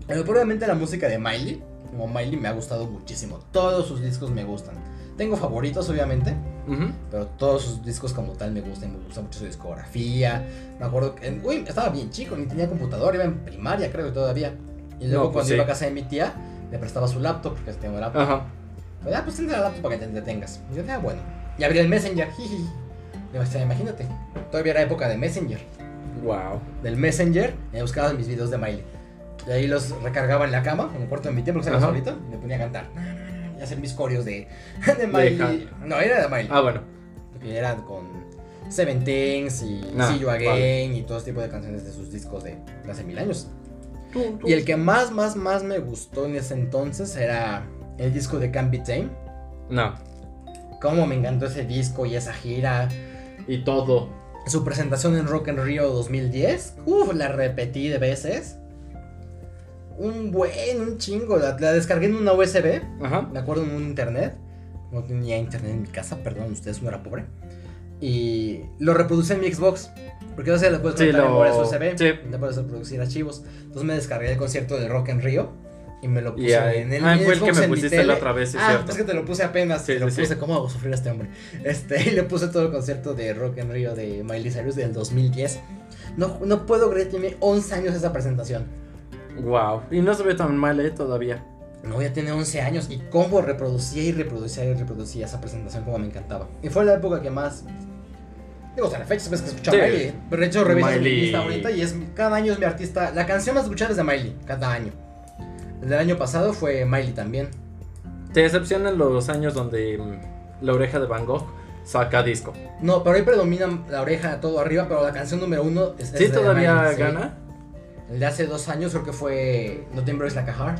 Speaker 2: Pero probablemente la música de Miley. Como Miley me ha gustado muchísimo. Todos sus discos me gustan. Tengo favoritos, obviamente.
Speaker 1: Ujú.
Speaker 2: Pero todos sus discos como tal me gustan, me gusta mucho su discografía. Me acuerdo que, uy, estaba bien chico, ni tenía computador, iba en primaria creo que todavía. Y luego
Speaker 1: No, pues
Speaker 2: cuando
Speaker 1: sí.
Speaker 2: iba a casa de mi tía, le prestaba su laptop, porque tengo laptop.
Speaker 1: Ajá.
Speaker 2: Me ah, pues ten la laptop para que te entretengas. Y yo decía, bueno. Y abrí el Messenger, jiji. Digo, o sea, imagínate, todavía era época de Messenger.
Speaker 1: Wow.
Speaker 2: Del Messenger, me buscaba mis videos de Miley. Y ahí los recargaba en la cama, en el cuarto de mi tía, porque estaba
Speaker 1: Ajá.
Speaker 2: solito, y me ponía a cantar. Y hacer mis corios de, de
Speaker 1: Hannah.
Speaker 2: Miley. No, era de Miley
Speaker 1: Ah, bueno.
Speaker 2: que eran con Seven Things y
Speaker 1: Ah,
Speaker 2: See You
Speaker 1: vale.
Speaker 2: Again y todo tipo de canciones de sus discos de, de hace mil años. Y el que más, más, más me gustó en ese entonces era el disco de Can't Be Tame.
Speaker 1: No.
Speaker 2: Cómo me encantó ese disco y esa gira.
Speaker 1: Y todo.
Speaker 2: Su presentación en Rock en Rio 2010. Uf, la repetí de veces. Un buen, un chingo. La, la descargué en una USB.
Speaker 1: Ajá.
Speaker 2: Me acuerdo en un internet. No tenía internet en mi casa, perdón, ustedes no era pobre. Y lo reproducí en mi Xbox. Porque yo sé, lo puedes
Speaker 1: Sí,
Speaker 2: conectar
Speaker 1: lo-
Speaker 2: en memorias USB.
Speaker 1: sí.
Speaker 2: Ya puedes reproducir archivos. Entonces me descargué el concierto de Rock en Río. Y me lo puse
Speaker 1: Y ahí-
Speaker 2: en el
Speaker 1: ah,
Speaker 2: mi
Speaker 1: fue el que
Speaker 2: Xbox
Speaker 1: me
Speaker 2: en mi
Speaker 1: pusiste
Speaker 2: tele.
Speaker 1: la otra vez, sí,
Speaker 2: Ah,
Speaker 1: cierto.
Speaker 2: es que te lo puse apenas.
Speaker 1: Sí,
Speaker 2: te lo
Speaker 1: sí, sí.
Speaker 2: puse, ¿cómo hago sufrir a este hombre? Este, y le puse todo el concierto de Rock en Río de Miley Cyrus del 2010. No, no puedo creer, tiene 11 años esa presentación.
Speaker 1: Wow. Y no se ve tan mal, ¿eh? Todavía.
Speaker 2: No, ya tiene 11 años y cómo reproducía y reproducía y reproducía esa presentación como me encantaba. Y fue la época que más... Digo, hasta la fecha sabes que escuchaba
Speaker 1: Sí.
Speaker 2: Miley. ¿eh? Pero de hecho revisas mi
Speaker 1: Miley.
Speaker 2: lista ahorita y es mi- cada año es mi artista. La canción más escuchada es de Miley, cada año. El del año pasado fue Miley también.
Speaker 1: Te decepcionan los años donde mm, la oreja de Van Gogh saca disco.
Speaker 2: No, pero ahí predomina la oreja todo arriba, pero la canción número uno es, es
Speaker 1: ¿Sí
Speaker 2: de
Speaker 1: todavía
Speaker 2: Miley, sí.
Speaker 1: gana?
Speaker 2: El de hace dos años creo que fue Nothing Like a Heart.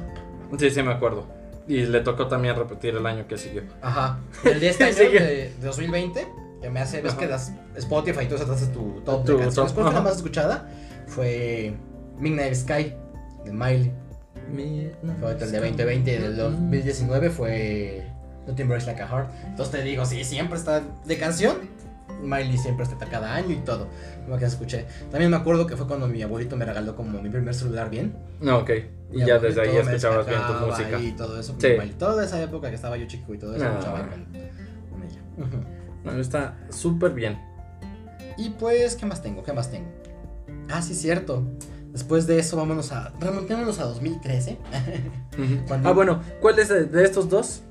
Speaker 1: Sí, sí, me acuerdo. Y le tocó también repetir el año que siguió.
Speaker 2: Ajá. El de este año,
Speaker 1: Sigue.
Speaker 2: de 2020, que me hace, ves
Speaker 1: Ajá.
Speaker 2: que das Spotify y todo eso, te hace tu top
Speaker 1: Tu
Speaker 2: de canciones.
Speaker 1: top,
Speaker 2: ¿Cuál fue la
Speaker 1: ajá.
Speaker 2: más escuchada? Fue Midnight Sky, de Miley. Fue el de 2020 y del 2019 fue Nothing Breaks Like a Heart. Entonces te digo, sí, siempre está de canción. Miley siempre está cada año y todo. Lo que escuché. También me acuerdo que fue cuando mi abuelito me regaló como mi primer celular bien.
Speaker 1: No, ok.
Speaker 2: Mi
Speaker 1: Y ya desde ahí
Speaker 2: abuelito me
Speaker 1: escuchabas bien tu
Speaker 2: destacaba
Speaker 1: música.
Speaker 2: Y todo eso.
Speaker 1: Sí.
Speaker 2: Miley, Toda esa época que estaba yo chico y todo eso
Speaker 1: Ah.
Speaker 2: escuchaba con, con ella. Ujú.
Speaker 1: No, está súper bien.
Speaker 2: Y pues, ¿qué más tengo? ¿Qué más tengo? Ah, sí, cierto. Después de eso, vámonos a. Remontémonos a 2013.
Speaker 1: Ujú.
Speaker 2: Cuando-
Speaker 1: Ah, bueno, ¿cuál es de, de estos dos?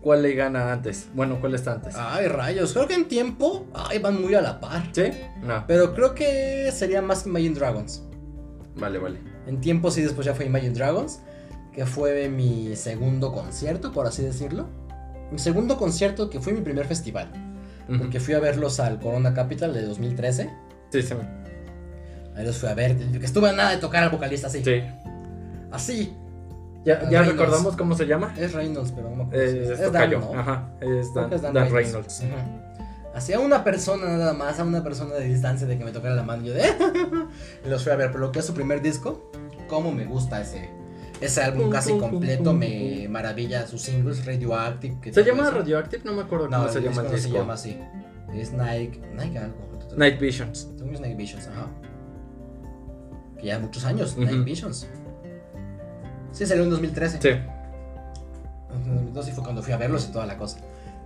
Speaker 1: ¿Cuál le gana antes? Bueno, ¿cuál está antes?
Speaker 2: ay, rayos. Creo que en tiempo. Ay, van muy a la par.
Speaker 1: ¿Sí? No.
Speaker 2: Pero creo que sería más Imagine Dragons.
Speaker 1: Vale, vale.
Speaker 2: En tiempo, sí, después ya fue Imagine Dragons. Que fue mi segundo concierto, por así decirlo. Mi segundo concierto que fue mi primer festival.
Speaker 1: Ujú.
Speaker 2: Porque fui a verlos al Corona Capital de 2013.
Speaker 1: Sí, sí. me-
Speaker 2: Ahí los fui a ver. Que estuve a nada de tocar al vocalista así.
Speaker 1: sí.
Speaker 2: Así.
Speaker 1: ¿Ya, ya
Speaker 2: Reynolds.
Speaker 1: recordamos cómo se llama?
Speaker 2: Es Reynolds, pero no me acuerdo. si
Speaker 1: Eh, es
Speaker 2: Dan,
Speaker 1: Tocayo.
Speaker 2: ¿no?
Speaker 1: Ajá. Es
Speaker 2: Creo
Speaker 1: Dan,
Speaker 2: que es Dan
Speaker 1: Dan
Speaker 2: Reynolds.
Speaker 1: Reynolds.
Speaker 2: Ujú. Así a una persona nada más, a una persona de distancia de que me tocara la mano. Yo de. y los fui a ver, pero lo que es su primer disco, cómo me gusta ese. Ese álbum
Speaker 1: Pum,
Speaker 2: casi
Speaker 1: pum, pum,
Speaker 2: completo
Speaker 1: pum,
Speaker 2: me maravilla sus singles Radioactive. que
Speaker 1: ¿Se
Speaker 2: todo
Speaker 1: llama
Speaker 2: eso.
Speaker 1: Radioactive? No me acuerdo
Speaker 2: No,
Speaker 1: cómo
Speaker 2: el
Speaker 1: se llama
Speaker 2: disco
Speaker 1: el
Speaker 2: no se
Speaker 1: disco.
Speaker 2: llama así. Es Nike. Nike algo.
Speaker 1: Night Visions.
Speaker 2: Tengo mis Night Visions, ajá. Que ya muchos años,
Speaker 1: Ujú.
Speaker 2: Night Visions. Sí, salió en 2013.
Speaker 1: Sí.
Speaker 2: En 2012 fue cuando fui a verlos y toda la cosa.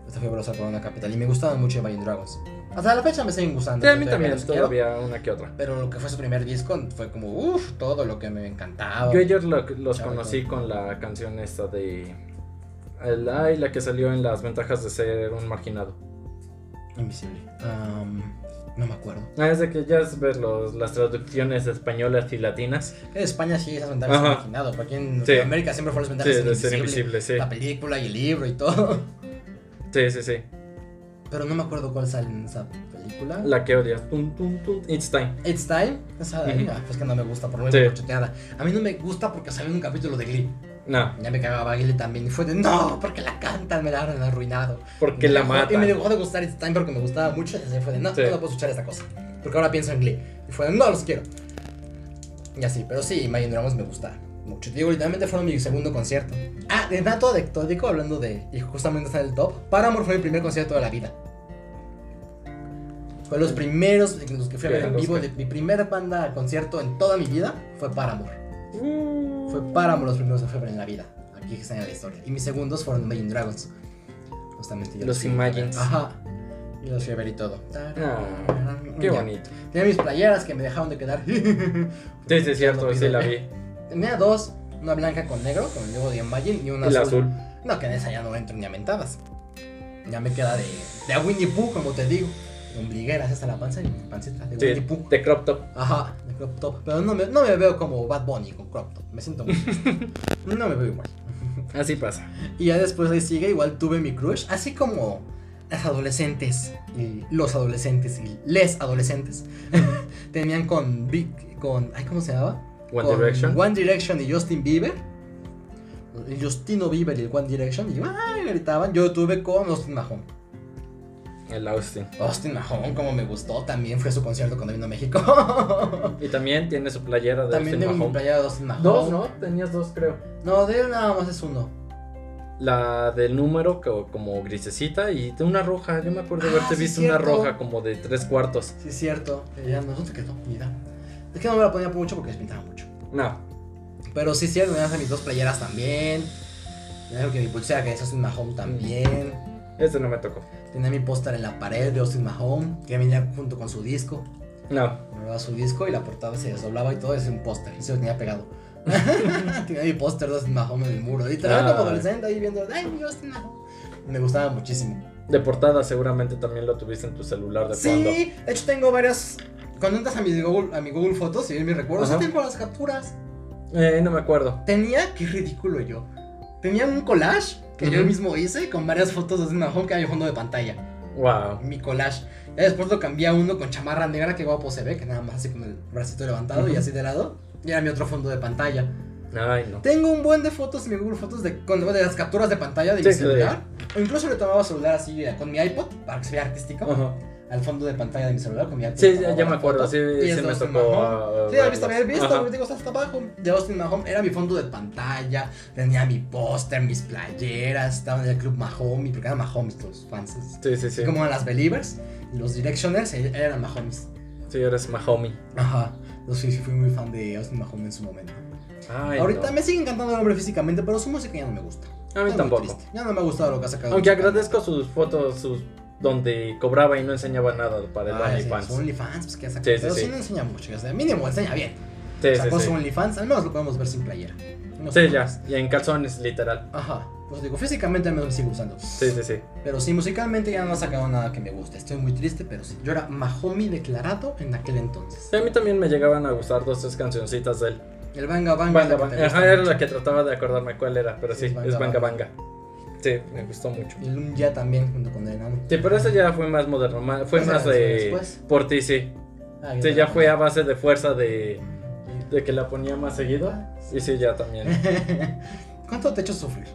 Speaker 2: Hasta fui a verlos a Corona Capital y me gustaban mucho Imagine Dragons. Hasta la fecha me siguen gustando.
Speaker 1: Sí, a mí
Speaker 2: todavía
Speaker 1: también.
Speaker 2: los quiero,
Speaker 1: Todavía una que otra.
Speaker 2: Pero lo que fue su primer disco fue como, uff, todo lo que me encantaba.
Speaker 1: Yo ellos lo- los
Speaker 2: Chavo,
Speaker 1: conocí con la canción esta de. El, ay, la que salió en Las ventajas de ser un marginado.
Speaker 2: Invisible. Am, no me acuerdo.
Speaker 1: Ah, es de que ya ves los, las traducciones españolas y latinas.
Speaker 2: En España sí esas ventajas
Speaker 1: Ajá.
Speaker 2: imaginadas, porque en
Speaker 1: Sí.
Speaker 2: América siempre fueron las
Speaker 1: Sí,
Speaker 2: ventajas
Speaker 1: de
Speaker 2: invisibles,
Speaker 1: ser invisible, sí.
Speaker 2: La película y el libro y todo.
Speaker 1: Sí, sí, sí.
Speaker 2: Pero no me acuerdo cuál sale en esa película.
Speaker 1: La que odias. Tum, tum, tum. It's time.
Speaker 2: It's Time, esa ay,
Speaker 1: Ujú.
Speaker 2: ah, pues que no me gusta, por lo menos
Speaker 1: Sí.
Speaker 2: corcheteada. A mí no me gusta porque salió en un capítulo de Glee.
Speaker 1: No,
Speaker 2: Ya me cagaba Glee también. Y fue de no, porque la cantan, me la han arruinado.
Speaker 1: porque
Speaker 2: Me
Speaker 1: la
Speaker 2: dejó- Y me
Speaker 1: matan.
Speaker 2: dejó de gustar It's Time porque me gustaba mucho. Y así fue de no,
Speaker 1: Sí.
Speaker 2: no puedo escuchar esta cosa. Porque ahora pienso en Glee. Y fue de no, los quiero. Y así, pero sí, Imagine Dragons me gusta mucho. Te digo, literalmente fueron mi segundo concierto. Ah, de dato anecdótico, hablando de. Y justamente está en el top. Paramore fue mi primer concierto de la vida. Fue los primeros en los que fui a ver en
Speaker 1: Bien,
Speaker 2: vivo.
Speaker 1: Oscar.
Speaker 2: de- Mi primera banda a concierto en toda mi vida fue Paramore.
Speaker 1: Uh.
Speaker 2: Fue Paramore los primeros que fue a ver en la vida. Aquí está en la historia. Y mis segundos fueron Imagine Dragons. Justamente yo
Speaker 1: Los
Speaker 2: fui a
Speaker 1: Imagines.
Speaker 2: ver. Ajá. Y los fui a ver y todo.
Speaker 1: Ah, qué
Speaker 2: Ya.
Speaker 1: bonito.
Speaker 2: Tenía mis playeras que me dejaron de quedar.
Speaker 1: Sí, sí, es cierto,
Speaker 2: No
Speaker 1: sí
Speaker 2: pido.
Speaker 1: la vi.
Speaker 2: Tenía dos. Una blanca con negro, con el logo de Imagine, y una
Speaker 1: El
Speaker 2: azul.
Speaker 1: azul.
Speaker 2: No, que en esa ya no entro ni a mentadas. Ya me queda de, de a Winnie Pooh, como te digo. Ombligueras hasta la panza y pancita de
Speaker 1: Sí,
Speaker 2: Winnie Pooh.
Speaker 1: de crop top.
Speaker 2: Ajá, de crop top. Pero no me, no me veo como Bad Bunny con crop top. Me siento muy. triste. no me veo igual.
Speaker 1: Así pasa.
Speaker 2: Y ya después le sigue, igual tuve mi crush, así como las adolescentes y los adolescentes y les adolescentes tenían con Big, con, ay, ¿cómo se llamaba?
Speaker 1: One
Speaker 2: Con
Speaker 1: Direction.
Speaker 2: One Direction y Justin Bieber. El Justino Bieber y el One Direction y ay, gritaban. Yo tuve con Austin Mahone.
Speaker 1: El Austin.
Speaker 2: Austin Mahone, como me gustó, también fue a su concierto cuando vino a México.
Speaker 1: Y también tiene su playera de
Speaker 2: también tengo
Speaker 1: Austin
Speaker 2: mi
Speaker 1: Mahone.
Speaker 2: playera de Austin Mahone.
Speaker 1: Dos, ¿no? Tenías dos, creo.
Speaker 2: No, de él nada más es uno.
Speaker 1: La del número co- como grisecita y de una roja. Yo me acuerdo
Speaker 2: Ah,
Speaker 1: haberte
Speaker 2: sí,
Speaker 1: visto una
Speaker 2: cierto.
Speaker 1: roja como de tres cuartos.
Speaker 2: Sí, es cierto. Eh, Ya no, no te quedó, mira. Es que no me la ponía mucho porque les pintaba mucho.
Speaker 1: No,
Speaker 2: Pero sí, sí, me hacen mis dos playeras también. Tenía creo que mi pulsera que es Austin Mahone también.
Speaker 1: ese no me tocó.
Speaker 2: Tenía mi póster en la pared de Austin Mahone, que venía junto con su disco.
Speaker 1: No,
Speaker 2: Me daba su disco y la portada se desdoblaba y todo, es un póster. Y se lo tenía pegado. tenía mi póster de Austin Mahone en el muro. Y estaba
Speaker 1: Ah.
Speaker 2: como adolescente ahí viendo, ay, mi Austin Mahone. Me gustaba muchísimo.
Speaker 1: de portada seguramente también lo tuviste en tu celular de fondo.
Speaker 2: Sí, de hecho tengo varias. Cuando entras a mi Google, a mi Google Fotos y ves mis recuerdos,
Speaker 1: Ajá.
Speaker 2: sí tengo las capturas.
Speaker 1: Eh, no me acuerdo.
Speaker 2: Tenía, qué ridículo yo. Tenía un collage que yo
Speaker 1: Ujú.
Speaker 2: mismo hice con varias fotos de Austin Mahone que había fondo de pantalla.
Speaker 1: Wow.
Speaker 2: Mi collage. Ya después lo cambié a uno con chamarra negra que guapo se ve, que nada más así con el bracito levantado y
Speaker 1: Ujú.
Speaker 2: así de lado. Y era mi otro fondo de pantalla.
Speaker 1: Ay, no.
Speaker 2: Tengo un buen de fotos en mi Google Fotos de, con, de las capturas de pantalla de
Speaker 1: Sí,
Speaker 2: mi
Speaker 1: sí.
Speaker 2: celular. O incluso le tomaba celular así eh, con mi iPod para que se vea artístico.
Speaker 1: Ajá.
Speaker 2: Al fondo de pantalla de mi celular con mi iPod.
Speaker 1: Sí,
Speaker 2: tomaba
Speaker 1: ya, ya me
Speaker 2: la
Speaker 1: acuerdo.
Speaker 2: foto.
Speaker 1: Sí,
Speaker 2: Y es
Speaker 1: sí me
Speaker 2: Austin
Speaker 1: tocó.
Speaker 2: Mahone.
Speaker 1: ah,
Speaker 2: Sí, habías
Speaker 1: verlos.
Speaker 2: visto, habías visto,
Speaker 1: Ajá.
Speaker 2: porque digo, está hasta abajo. De Austin Mahome era mi fondo de pantalla, tenía mi póster, mis playeras, estaba en el club Mahomie, porque eran Mahomies los fans. así
Speaker 1: Sí, sí, sí.
Speaker 2: Como eran las Believers, los Directioners eh, eran Mahomies.
Speaker 1: Sí, eres Mahomi.
Speaker 2: Ajá, yo sí, sí fui muy fan de Austin Mahome en su momento.
Speaker 1: Ay,
Speaker 2: Ahorita
Speaker 1: no.
Speaker 2: me sigue encantando el hombre físicamente, pero su música ya no me gusta.
Speaker 1: A mí
Speaker 2: Ya es muy
Speaker 1: tampoco.
Speaker 2: triste, Ya no me ha gustado lo que ha sacado.
Speaker 1: Aunque
Speaker 2: últimamente.
Speaker 1: agradezco sus fotos, sus donde cobraba y no enseñaba nada para el
Speaker 2: Ah, sí,
Speaker 1: OnlyFans.
Speaker 2: su OnlyFans, pues que ha sacado.
Speaker 1: Sí, sí,
Speaker 2: pero sí,
Speaker 1: sí.
Speaker 2: no enseña mucho, o sea, mínimo enseña bien.
Speaker 1: Sí, sí,
Speaker 2: Sacó
Speaker 1: sí.
Speaker 2: su OnlyFans, al menos lo podemos ver sin playera. No sé.
Speaker 1: Sí, ya. Y en calzones, literal.
Speaker 2: Ajá. Pues digo, físicamente al menos me sigue usando.
Speaker 1: Sí, sí, sí.
Speaker 2: Pero sí, musicalmente ya no ha sacado nada que me guste. Estoy muy triste, pero sí. Yo era Mahomi declarado en aquel entonces.
Speaker 1: Sí, A mí también me llegaban a gustar dos, tres cancioncitas de él.
Speaker 2: El Banga
Speaker 1: Banga
Speaker 2: Banga. es la que
Speaker 1: Banga.
Speaker 2: te gusta
Speaker 1: Ajá, era
Speaker 2: mucho.
Speaker 1: la que trataba de acordarme cuál era, pero sí,
Speaker 2: Sí, es
Speaker 1: es Banga
Speaker 2: Banga
Speaker 1: Banga. Sí, me gustó mucho.
Speaker 2: Y el Ya también, junto con el enano.
Speaker 1: Sí, pero esa ya fue más moderno, ma- fue
Speaker 2: Esa
Speaker 1: más
Speaker 2: la canción
Speaker 1: de...
Speaker 2: después.
Speaker 1: Por ti, sí.
Speaker 2: Ah,
Speaker 1: Sí, ya
Speaker 2: también.
Speaker 1: fue a base de fuerza de, de que la ponía más seguido. Y sí, ya
Speaker 2: Eh,
Speaker 1: también.
Speaker 2: ¿Cuánto te he hecho sufrir?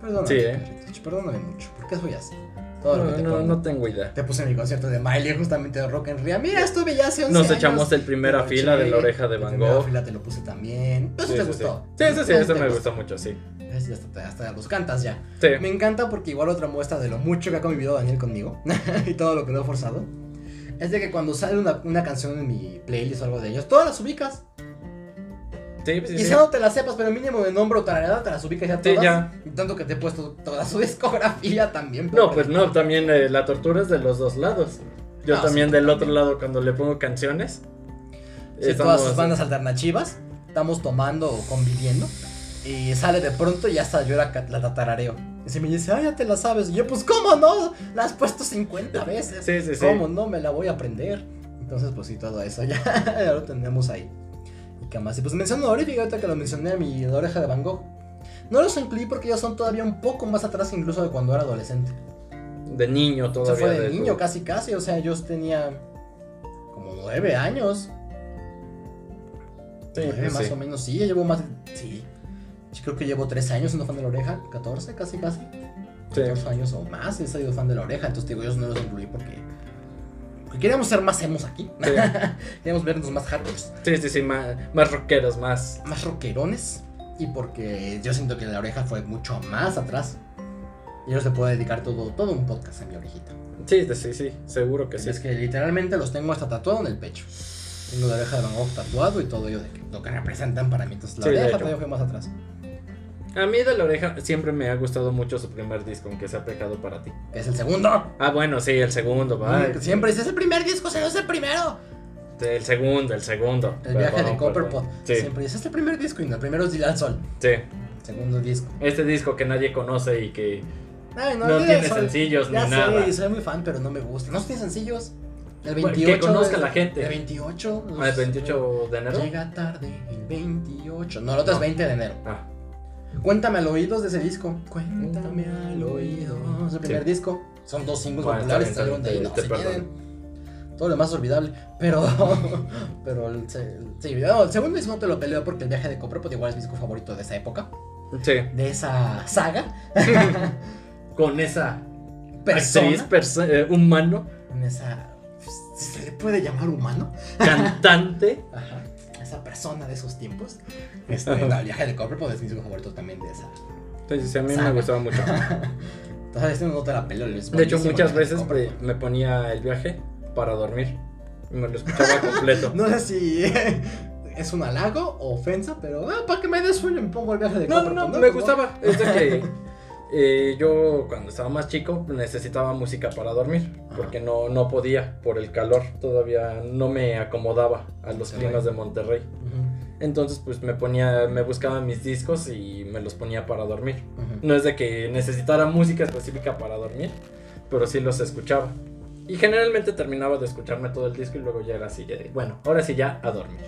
Speaker 2: Perdóname.
Speaker 1: Sí, ¿eh?
Speaker 2: Carlitos, Perdóname mucho. ¿Por qué soy así? Todo
Speaker 1: No,
Speaker 2: lo que te
Speaker 1: no,
Speaker 2: pongo.
Speaker 1: no tengo idea.
Speaker 2: Te puse en mi concierto de Miley, justamente de Rock en Ria. Mira, estuve ya hace 11
Speaker 1: Nos
Speaker 2: años.
Speaker 1: echamos el primera
Speaker 2: Lo
Speaker 1: fila de
Speaker 2: eché,
Speaker 1: la oreja de Van
Speaker 2: La primera
Speaker 1: Gogh.
Speaker 2: fila te lo puse también. Pero eso
Speaker 1: Sí,
Speaker 2: te
Speaker 1: sí, sí.
Speaker 2: gustó.
Speaker 1: Sí, sí, sí,
Speaker 2: Eso
Speaker 1: eso
Speaker 2: te
Speaker 1: me gusta
Speaker 2: gustó.
Speaker 1: mucho, sí.
Speaker 2: Ves, ya Hasta, hasta los cantas ya.
Speaker 1: Sí.
Speaker 2: Me encanta porque igual otra muestra de lo mucho que ha convivido Daniel conmigo y todo lo que lo he forzado. Es de que cuando sale una, una canción en mi playlist o algo de ellos, todas las ubicas.
Speaker 1: Sí, sí, sí.
Speaker 2: Quizá no te las sepas, pero mínimo de nombre o tarareada te las ubicas ya
Speaker 1: Sí,
Speaker 2: todas.
Speaker 1: ya.
Speaker 2: Y Tanto que te he puesto toda su discografía también.
Speaker 1: No,
Speaker 2: porque-
Speaker 1: pues no, también eh, la tortura es de los dos lados. Yo
Speaker 2: Ah,
Speaker 1: también
Speaker 2: sí,
Speaker 1: del otro
Speaker 2: también.
Speaker 1: lado cuando le pongo canciones.
Speaker 2: Sí,
Speaker 1: estamos-
Speaker 2: todas sus bandas alternativas. Estamos tomando o conviviendo. Y sale de pronto y hasta yo la, ca- la tatarareo. Y se me dice, ah, ya te la sabes. Y yo, pues, ¿cómo no? La has puesto 50 veces.
Speaker 1: Sí, sí, sí.
Speaker 2: ¿Cómo no? Me la voy a aprender. Entonces, pues sí, todo eso ya, ya lo tenemos ahí. Y qué más. Y pues menciono honorífica, ahorita que lo mencioné a mi la oreja de Van Gogh. No los incluí porque ellos son todavía un poco más atrás incluso de cuando era adolescente.
Speaker 1: De niño
Speaker 2: O sea,
Speaker 1: todavía.
Speaker 2: fue de
Speaker 1: tu-
Speaker 2: niño casi casi, o sea, yo tenía como nueve años.
Speaker 1: Sí,
Speaker 2: Nueve,
Speaker 1: pues
Speaker 2: Eh, más
Speaker 1: sí.
Speaker 2: o menos, sí, yo llevo más, sí. Yo creo que llevo tres años siendo fan de la oreja, 14 casi casi,
Speaker 1: Sí.
Speaker 2: 14 años o más he sido fan de la oreja, entonces digo, yo no los incluí porque, porque queríamos ser más emos aquí,
Speaker 1: Sí.
Speaker 2: queríamos vernos más hardcores,
Speaker 1: Sí, sí, sí, más, más rockeros, más.
Speaker 2: más rockerones, y porque yo siento que la oreja fue mucho más atrás, y yo se puedo dedicar todo, todo un podcast a mi orejita.
Speaker 1: Sí, sí, sí, sí, seguro que sí.
Speaker 2: Es que literalmente los tengo hasta tatuado en el pecho. Tengo la oreja de Van Gogh tatuado y todo ello de que, lo que representan para mí. Entonces la
Speaker 1: Sí, de
Speaker 2: oreja
Speaker 1: hecho.
Speaker 2: todavía fue más atrás.
Speaker 1: A mí de la oreja siempre me ha gustado mucho su primer disco, aunque sea pecado para ti.
Speaker 2: Que es el segundo.
Speaker 1: Ah, bueno, sí, el segundo, va.
Speaker 2: Siempre Siempre dice, es el primer disco, se es el primero.
Speaker 1: El segundo, el segundo.
Speaker 2: El viaje
Speaker 1: Perdón,
Speaker 2: de Copperpot.
Speaker 1: perdón. Sí,
Speaker 2: Siempre dice, es el primer disco y no, el primero es Dile al Sol.
Speaker 1: sí.
Speaker 2: El segundo disco.
Speaker 1: Este disco que nadie conoce y que
Speaker 2: Ay,
Speaker 1: no,
Speaker 2: Dile al
Speaker 1: tiene
Speaker 2: Sol.
Speaker 1: sencillos ni
Speaker 2: Ya sé,
Speaker 1: nada.
Speaker 2: soy muy fan, pero no me gusta. ¿No tiene sencillos? El
Speaker 1: Bueno,
Speaker 2: 28.
Speaker 1: que conozca
Speaker 2: el-
Speaker 1: la gente.
Speaker 2: El 28.
Speaker 1: Ah, el 28 de enero.
Speaker 2: eh, Llega tarde, el 28. No, el otro es
Speaker 1: No.
Speaker 2: 20 de enero.
Speaker 1: Ah,
Speaker 2: Cuéntame al oído de ese disco. Cuéntame al oído. Es el primer
Speaker 1: Sí.
Speaker 2: disco. Son dos singles
Speaker 1: Bueno,
Speaker 2: populares que
Speaker 1: está bien,
Speaker 2: salieron de ahí. No,
Speaker 1: te-
Speaker 2: se
Speaker 1: te
Speaker 2: quieren. Todo lo más olvidable. Pero. pero el, se- sí, no, el segundo disco no te lo peleo porque el viaje de Copperpot pues, igual es mi disco favorito de esa época.
Speaker 1: sí.
Speaker 2: De esa saga.
Speaker 1: Con esa actriz,
Speaker 2: Persona.
Speaker 1: perso- eh, humano,
Speaker 2: Con esa. pues, ¿Se le puede llamar humano?
Speaker 1: cantante.
Speaker 2: Ajá. Esa persona de esos tiempos. Este, no, el viaje de Copperpot es mi disco favorito también de esa.
Speaker 1: Sí, sí, sí, a mí me
Speaker 2: Saga.
Speaker 1: gustaba mucho.
Speaker 2: Entonces, este no te la peleo. es
Speaker 1: De hecho,
Speaker 2: buenísimo,
Speaker 1: muchas
Speaker 2: el Viaje de
Speaker 1: veces
Speaker 2: Copperpot.
Speaker 1: me, me ponía el viaje para dormir. Y me lo escuchaba completo.
Speaker 2: No sé si es un halago o ofensa, pero ah, para que me des sueño me pongo el viaje de
Speaker 1: No, no,
Speaker 2: Copperpot,
Speaker 1: no, me
Speaker 2: Pues,
Speaker 1: gustaba. Es de que eh, yo cuando estaba más chico necesitaba música para dormir
Speaker 2: Ajá.
Speaker 1: porque no, no podía por el calor. Todavía no me acomodaba a los
Speaker 2: Monterrey.
Speaker 1: climas de Monterrey.
Speaker 2: Ujú,
Speaker 1: Entonces pues me ponía, me buscaba mis discos y me los ponía para dormir.
Speaker 2: ujú.
Speaker 1: No es de que necesitara música específica para dormir, pero sí los escuchaba. Y generalmente terminaba de escucharme todo el disco y luego ya era así, ya de, bueno, ahora sí ya a dormir.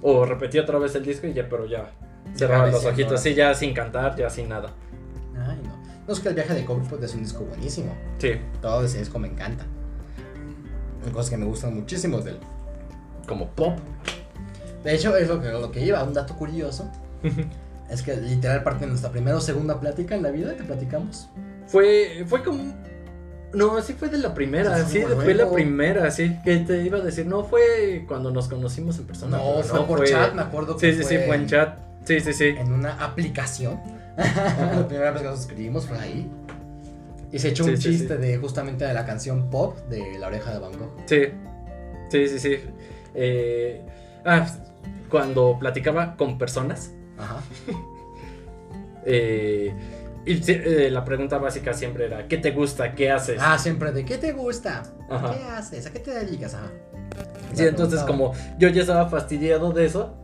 Speaker 2: Ujú.
Speaker 1: O repetí otra vez el disco y ya, pero ya.
Speaker 2: Cerraba
Speaker 1: Cerraba los
Speaker 2: diciendo,
Speaker 1: ojitos,
Speaker 2: ahora
Speaker 1: así ya sin cantar, ya sin nada.
Speaker 2: Ay, no. No es que el viaje de Copperpot es un disco buenísimo.
Speaker 1: Sí,
Speaker 2: Todo ese disco me encanta. Hay cosas que me gustan muchísimo de él.
Speaker 1: como pop.
Speaker 2: De hecho, es lo que, lo que iba. Un dato curioso es que literal parte de nuestra primera o segunda plática en la vida que platicamos.
Speaker 1: Fue, fue como. No, sí fue de la primera,
Speaker 2: Eso
Speaker 1: sí,
Speaker 2: fue luego.
Speaker 1: fue la primera, sí. Que te iba a decir, no fue cuando nos conocimos en persona.
Speaker 2: No,
Speaker 1: pero
Speaker 2: fue por chat, me acuerdo que
Speaker 1: Sí, sí, sí, fue en chat. Sí, sí, sí.
Speaker 2: en una aplicación. la primera vez que nos escribimos fue ahí. Y se echó un
Speaker 1: Sí, sí,
Speaker 2: chiste de justamente de la canción pop de La Oreja de Van Gogh.
Speaker 1: Sí, sí, sí, sí. Eh, ah, cuando platicaba con personas,
Speaker 2: Ajá.
Speaker 1: eh, y sí, eh, la pregunta básica siempre era: ¿qué te gusta? ¿Qué haces?
Speaker 2: Ah, siempre de ¿qué te gusta?
Speaker 1: Ajá.
Speaker 2: ¿Qué haces? ¿A qué te dedicas? Ajá.
Speaker 1: Sí,
Speaker 2: La
Speaker 1: entonces
Speaker 2: preguntaba.
Speaker 1: como yo ya estaba fastidiado de eso,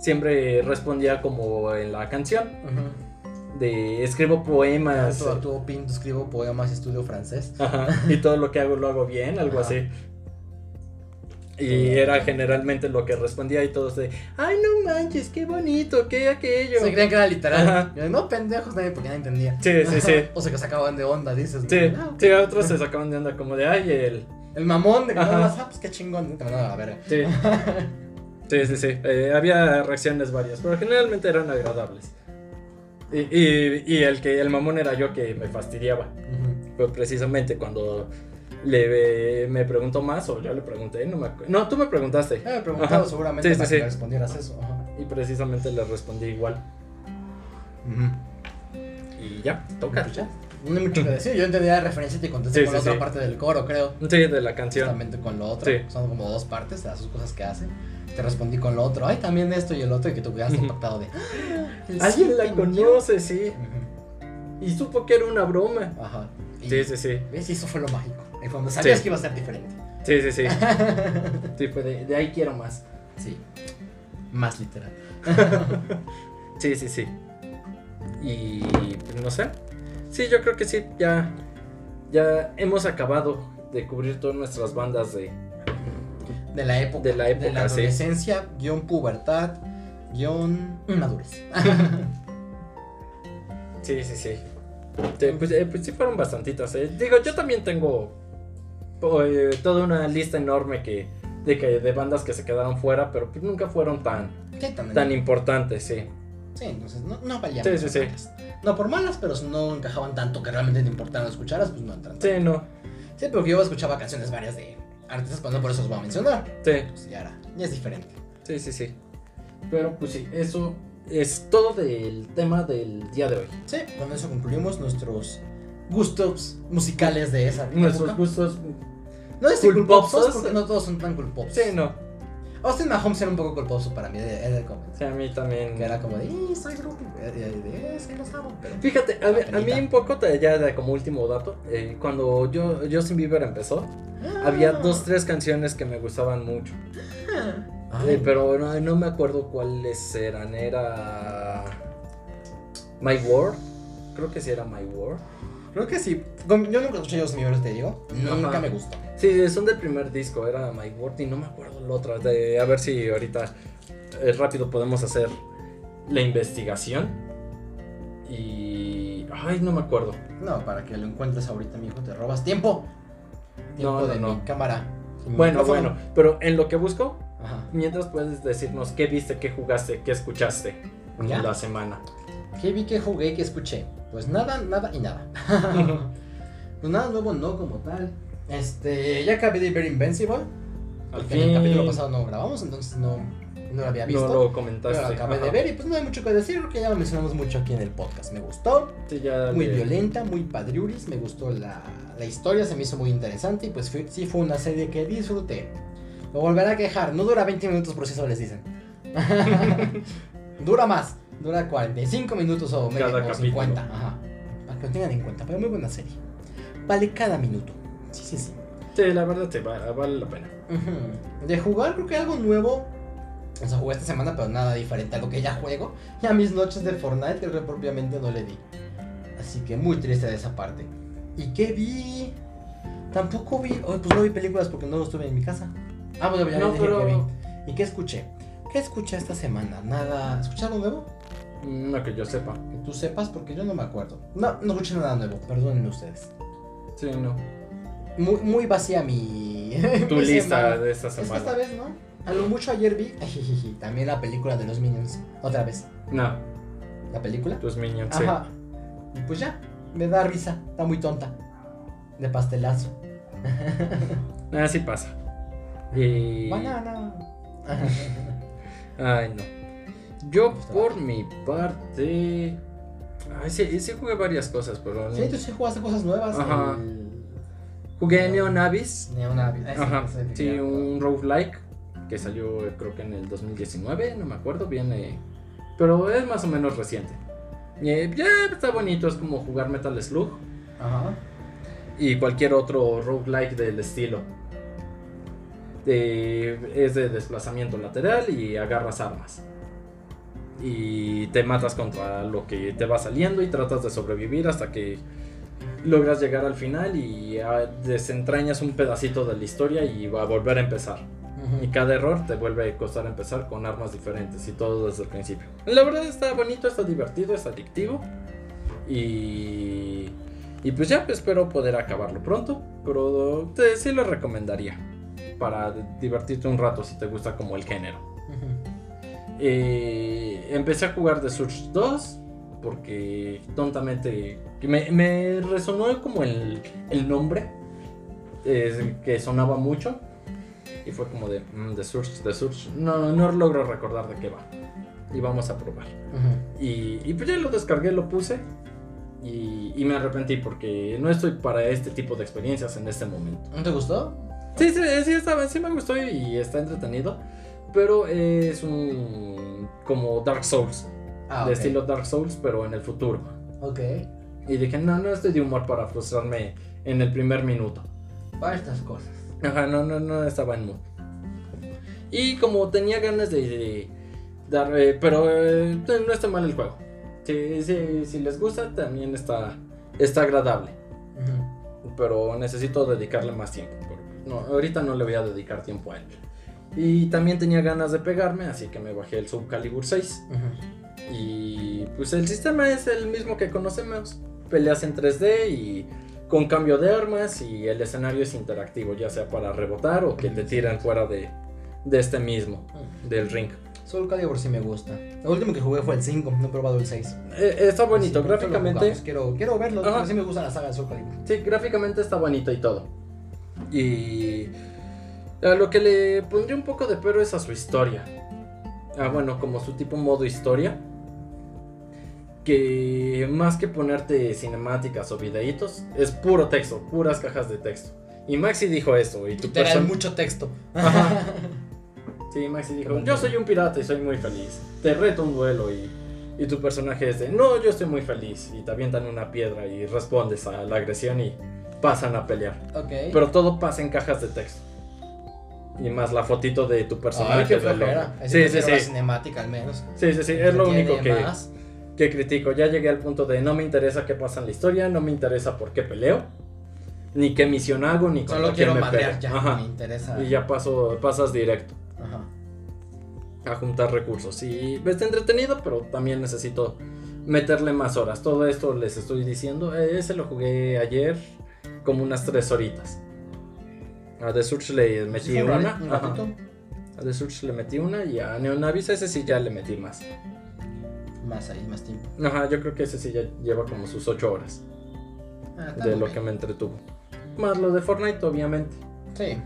Speaker 1: siempre respondía como en la canción
Speaker 2: Ujú.
Speaker 1: de escribo poemas
Speaker 2: Tú actúo, pinto, escribo poemas, estudio francés.
Speaker 1: ajá, y todo lo que hago lo hago bien, algo
Speaker 2: Ajá.
Speaker 1: así. Y era generalmente lo que respondía y todos de, ay no manches, qué bonito, qué aquello.
Speaker 2: Se creían que era literal.
Speaker 1: Ajá.
Speaker 2: Yo, no, pendejos, nadie porque nadie entendía.
Speaker 1: Sí, sí, sí.
Speaker 2: o sea, que se acababan de onda, dices.
Speaker 1: Sí,
Speaker 2: Ah, ok.
Speaker 1: sí, a otros se sacaban de onda como de, ay, el...
Speaker 2: El mamón de que no
Speaker 1: Ajá.
Speaker 2: vas, ah, pues qué chingón. Te mandaban a la verga.
Speaker 1: Sí, sí, sí, sí. Eh, había reacciones varias, pero generalmente eran agradables. Y, y- y el que el mamón era yo que me fastidiaba.
Speaker 2: Ujú.
Speaker 1: Pero precisamente cuando le me preguntó más o yo le pregunté, no me acu- No, tú me preguntaste.
Speaker 2: Ya me preguntaba
Speaker 1: Ajá.
Speaker 2: seguramente
Speaker 1: Sí, sí,
Speaker 2: para
Speaker 1: sí.
Speaker 2: que respondieras eso. Ajá.
Speaker 1: Y precisamente le respondí igual.
Speaker 2: Ujú.
Speaker 1: Y ya, toca.
Speaker 2: Pues ya. No hay mucho que decir. Yo entendía la referencia y te contesté
Speaker 1: Sí,
Speaker 2: con
Speaker 1: sí,
Speaker 2: la otra
Speaker 1: sí.
Speaker 2: parte del coro, creo.
Speaker 1: Sí, de la canción.
Speaker 2: Justamente con lo otro.
Speaker 1: Sí.
Speaker 2: Son como dos partes de las dos cosas que hace. Te respondí con lo otro. Ay, también esto y el otro. Y que tú quedaste
Speaker 1: Ujú.
Speaker 2: impactado de. "Ah, "El
Speaker 1: Alguien la
Speaker 2: siete mío".
Speaker 1: conoce, sí.
Speaker 2: Ujú.
Speaker 1: Y supo que era una broma.
Speaker 2: Ajá. Y,
Speaker 1: Sí, sí, sí.
Speaker 2: ¿Ves? Y eso fue lo mágico. Y cuando sabías
Speaker 1: Sí.
Speaker 2: que iba a ser diferente.
Speaker 1: Sí, sí, sí. Sí, fue de, de ahí quiero más.
Speaker 2: Sí. Más literal.
Speaker 1: Sí, sí, sí. Y pues, no sé. Sí, yo creo que sí. Ya, ya hemos acabado de cubrir todas nuestras bandas de...
Speaker 2: De la época.
Speaker 1: De la época, sí.
Speaker 2: adolescencia, guión pubertad,
Speaker 1: Mm.
Speaker 2: Ah, guión madurez.
Speaker 1: Sí, sí, sí. Te- pues, eh, pues sí fueron bastantitas. eh. Digo, yo también tengo po- eh, toda una lista enorme que, de, que, de bandas que se quedaron fuera, pero pues nunca fueron tan,
Speaker 2: Sí, también.
Speaker 1: tan importantes, sí.
Speaker 2: Sí, entonces no, no valían.
Speaker 1: Sí, sí, sí.
Speaker 2: No por malas, pero si no encajaban tanto que realmente te importaran escucharlas, pues no entran.
Speaker 1: Sí, no.
Speaker 2: Sí, porque yo escuchaba canciones varias de artistas, pues no por eso os voy a mencionar.
Speaker 1: Sí,
Speaker 2: Pues ya era, ya es diferente.
Speaker 1: sí, sí, sí. Pero pues sí, eso es todo del tema del día de hoy.
Speaker 2: Sí, con eso concluimos nuestros gustos musicales de esa
Speaker 1: Nuestros
Speaker 2: época.
Speaker 1: gustos.
Speaker 2: No es culposos,
Speaker 1: culposos. eh.
Speaker 2: porque no todos son tan culposos.
Speaker 1: Sí, no.
Speaker 2: Austin Mahomes era un poco culposo para mí, he de comenzar.
Speaker 1: Sí, a mí también.
Speaker 2: Que era como de, "Ih, soy grupo, eh, eh, eh, sí los amo", pero...
Speaker 1: Fíjate, a, mí- a mí
Speaker 2: Bacanita.
Speaker 1: un poco, te- ya de- como último dato, eh, cuando yo, Justin Bieber empezó,
Speaker 2: Ah.
Speaker 1: había dos, tres canciones que me gustaban mucho.
Speaker 2: Ay,
Speaker 1: Eh, pero no, no me acuerdo cuáles eran. Era. My War. Creo que sí era My War.
Speaker 2: Creo que sí. Con- Yo nunca escuché Justin Bieber, te digo.
Speaker 1: Ajá.
Speaker 2: Nunca me gustó.
Speaker 1: Sí, son del primer disco. Era My War y no me acuerdo la otra. De, a ver si ahorita eh, rápido podemos hacer la investigación. Y. Ay, no me acuerdo.
Speaker 2: No, para que lo encuentres ahorita, mijo, te robas tiempo. Tiempo
Speaker 1: no,
Speaker 2: de
Speaker 1: no.
Speaker 2: mi cámara. Y mi
Speaker 1: Bueno,
Speaker 2: micrófono.
Speaker 1: bueno. Pero en lo que busco,
Speaker 2: Ajá.
Speaker 1: mientras puedes decirnos qué viste, qué jugaste, qué escuchaste en
Speaker 2: Ya.
Speaker 1: la semana.
Speaker 2: ¿Qué vi, que jugué, que escuché? Pues nada, nada y nada. pues nada nuevo, no como tal. Este, ya acabé de ver Invincible.
Speaker 1: Al
Speaker 2: Porque en el
Speaker 1: fin.
Speaker 2: capítulo pasado no grabamos, entonces no, no lo había visto.
Speaker 1: No lo
Speaker 2: pero
Speaker 1: comentaste.
Speaker 2: lo acabé
Speaker 1: Ajá.
Speaker 2: de ver y pues no hay mucho que decir porque ya lo mencionamos mucho aquí en el podcast. Me gustó,
Speaker 1: Sí, ya
Speaker 2: muy
Speaker 1: le-
Speaker 2: violenta, muy padriuris, me gustó la, la historia, se me hizo muy interesante y pues fue- sí fue una serie que disfruté. Me volverá a quejar, no dura 20 minutos por si eso les dicen. dura más, dura 45 minutos o medio,
Speaker 1: Cada
Speaker 2: o
Speaker 1: capítulo.
Speaker 2: 50. Ajá. Para que lo tengan en cuenta, pero muy buena serie. Vale cada minuto. Sí, sí, sí.
Speaker 1: Sí, la verdad te va- vale la pena.
Speaker 2: Ujú. De jugar creo que algo nuevo. O sea, jugué esta semana, pero nada diferente a lo que ya juego. Y a mis noches de Fortnite creo que propiamente no le di. Así que muy triste de esa parte. ¿Y qué vi? Tampoco vi... oh, pues no vi películas porque no estuve en mi casa. Ah, bueno, ya
Speaker 1: No,
Speaker 2: dije
Speaker 1: pero-
Speaker 2: que vi. ¿Y qué escuché? ¿Qué escuché esta semana? Nada... ¿Escuché algo nuevo?
Speaker 1: No que yo sepa.
Speaker 2: Que tú sepas porque yo no me acuerdo. No, no escuché nada nuevo. Perdónenme ustedes.
Speaker 1: Sí, no.
Speaker 2: Muy, muy vacía mi...
Speaker 1: Tu
Speaker 2: mi
Speaker 1: lista
Speaker 2: semana.
Speaker 1: de esta
Speaker 2: Pues Es que
Speaker 1: semana.
Speaker 2: esta vez, ¿no? A lo mucho ayer vi ajijiji, también la película de los Minions. Otra vez.
Speaker 1: No,
Speaker 2: ¿La película?
Speaker 1: tus minions. sí.
Speaker 2: Ajá. Y pues ya, me da risa. Está muy tonta. De pastelazo.
Speaker 1: Así Ah, pasa. Y.
Speaker 2: Banana.
Speaker 1: Ay, no. Yo por mi parte. Ay, sí, sí jugué varias cosas, pero.
Speaker 2: sí, tú sí jugaste cosas nuevas.
Speaker 1: Ajá.
Speaker 2: el-
Speaker 1: Jugué Neon Abyss.
Speaker 2: Neonavio. Ese,
Speaker 1: Ajá.
Speaker 2: ese que
Speaker 1: Sí,
Speaker 2: quería jugar.
Speaker 1: un roguelike que salió eh, creo que en el 2019, no me acuerdo bien. eh, pero es más o menos reciente. Eh, ya está bonito, es como jugar Metal Slug.
Speaker 2: Ajá.
Speaker 1: y cualquier otro roguelike del estilo. De- es de desplazamiento lateral y agarras armas. Y te matas contra lo que te va saliendo y tratas de sobrevivir hasta que logras llegar al final y ah, desentrañas un pedacito de la historia y va a volver a empezar. Y cada error te vuelve a costar empezar con armas diferentes y todo desde el principio. La verdad está bonito, está divertido, es adictivo. Y, y pues ya pues, espero poder acabarlo pronto. Pero te, sí lo recomendaría. Para divertirte un rato si te gusta como el género.
Speaker 2: Ujú.
Speaker 1: Eh, empecé a jugar The Surge 2 porque tontamente me, me resonó como el, el nombre eh, que sonaba mucho y fue como de mm, The Surge, The Surge. No, no logro recordar de qué va y vamos a probar.
Speaker 2: Ujú.
Speaker 1: Y, y pues ya lo descargué, lo puse y, y me arrepentí porque no estoy para este tipo de experiencias en este momento.
Speaker 2: ¿No te gustó?
Speaker 1: Sí, sí, sí, está- sí me gustó y está entretenido. Pero es un. como Dark Souls.
Speaker 2: Ah,
Speaker 1: de
Speaker 2: ok.
Speaker 1: estilo Dark Souls, pero en el futuro.
Speaker 2: Ok.
Speaker 1: Y dije, no, no estoy de humor para frustrarme en el primer minuto.
Speaker 2: Para estas cosas.
Speaker 1: Ajá, no, no, no estaba en mood. Y como tenía ganas de. de dar. eh, pero eh, no está mal el juego. Sí, sí, si les gusta, también está, está agradable.
Speaker 2: Ujú.
Speaker 1: pero necesito dedicarle más tiempo. pero No, ahorita no le voy a dedicar tiempo a él. Y también tenía ganas de pegarme, así que me bajé el Soul Calibur 6.
Speaker 2: Ujú.
Speaker 1: Y pues el sistema es el mismo que conocemos, peleas en 3D y con cambio de armas y el escenario es interactivo, ya sea para rebotar o que te tiran fuera de, de este mismo, del ring.
Speaker 2: Solo Calibur sí me gusta. El último que jugué fue el 5, no he probado el 6.
Speaker 1: Eh, está bonito,
Speaker 2: Sí,
Speaker 1: gráficamente.
Speaker 2: jugamos, Quiero, quiero verlo,
Speaker 1: Ajá.
Speaker 2: pero sí me gusta la saga de Soul Calibur.
Speaker 1: Sí, gráficamente está bonito y todo. Y a lo que le pondría un poco de pero es a su historia. Ah, bueno, como su tipo modo historia. Que más que ponerte cinemáticas o videitos, es puro texto, puras cajas de texto. Y Maxi dijo esto, y tu
Speaker 2: Literal,
Speaker 1: persona-
Speaker 2: mucho texto.
Speaker 1: Ajá. Sí, Maxi dijo, yo soy un pirata y soy muy feliz. Te reto un duelo y, y tu personaje es de, no, yo estoy muy feliz. Y te avientan una piedra y respondes a la agresión y pasan a pelear.
Speaker 2: ok.
Speaker 1: Pero todo pasa en cajas de texto. Y más la fotito de tu personaje.
Speaker 2: Ay, qué
Speaker 1: del
Speaker 2: flojera.
Speaker 1: hombre.
Speaker 2: Así
Speaker 1: Sí, sí,
Speaker 2: prefiero la
Speaker 1: sí.
Speaker 2: cinemática al menos.
Speaker 1: Sí, sí, sí. Es lo
Speaker 2: Entretiene
Speaker 1: único que,
Speaker 2: más.
Speaker 1: que critico. Ya llegué al punto de no me interesa qué pasa en la historia, no me interesa por qué peleo, ni qué misión hago, ni contra
Speaker 2: Solo quiero
Speaker 1: quién me
Speaker 2: madrear
Speaker 1: peleo.
Speaker 2: ya,
Speaker 1: Ajá.
Speaker 2: me interesa.
Speaker 1: Y ya paso, pasas directo.
Speaker 2: Ajá.
Speaker 1: a juntar recursos. Y pues, está entretenido, pero también necesito meterle más horas. Todo esto les estoy diciendo. eh, Ese lo jugué ayer como unas tres horitas. A The Surge le metí
Speaker 2: Sí, fue
Speaker 1: Pues una.
Speaker 2: un rati- un
Speaker 1: ajá.
Speaker 2: ratito
Speaker 1: A The Surge le metí una y a Neonavis ese sí ya le metí más.
Speaker 2: Más ahí, más tiempo.
Speaker 1: Ajá, yo creo que ese sí ya lleva como sus ocho horas
Speaker 2: Ah, está
Speaker 1: de
Speaker 2: muy
Speaker 1: lo que
Speaker 2: bien.
Speaker 1: me entretuvo. Más lo de Fortnite, obviamente.
Speaker 2: Sí.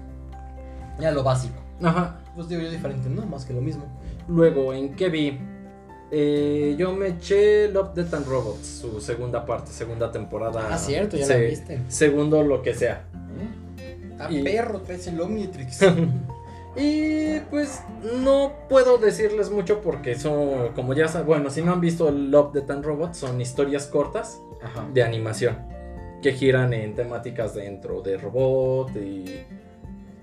Speaker 2: Ya lo básico.
Speaker 1: Ajá.
Speaker 2: Pues digo yo diferente, no, más que lo mismo.
Speaker 1: Luego, ¿en qué vi? Eh, yo me eché Love, Death and Robots, su segunda parte, segunda temporada.
Speaker 2: Ah, cierto, ya
Speaker 1: Sí.
Speaker 2: la viste.
Speaker 1: Segundo, lo que sea.
Speaker 2: A
Speaker 1: Y-
Speaker 2: perro traes el Omnitrix.
Speaker 1: Y pues no puedo decirles mucho porque son, como ya saben, bueno, si no han visto Love, Death and Robots, son historias cortas
Speaker 2: Ajá.
Speaker 1: de animación que giran en temáticas dentro de robot y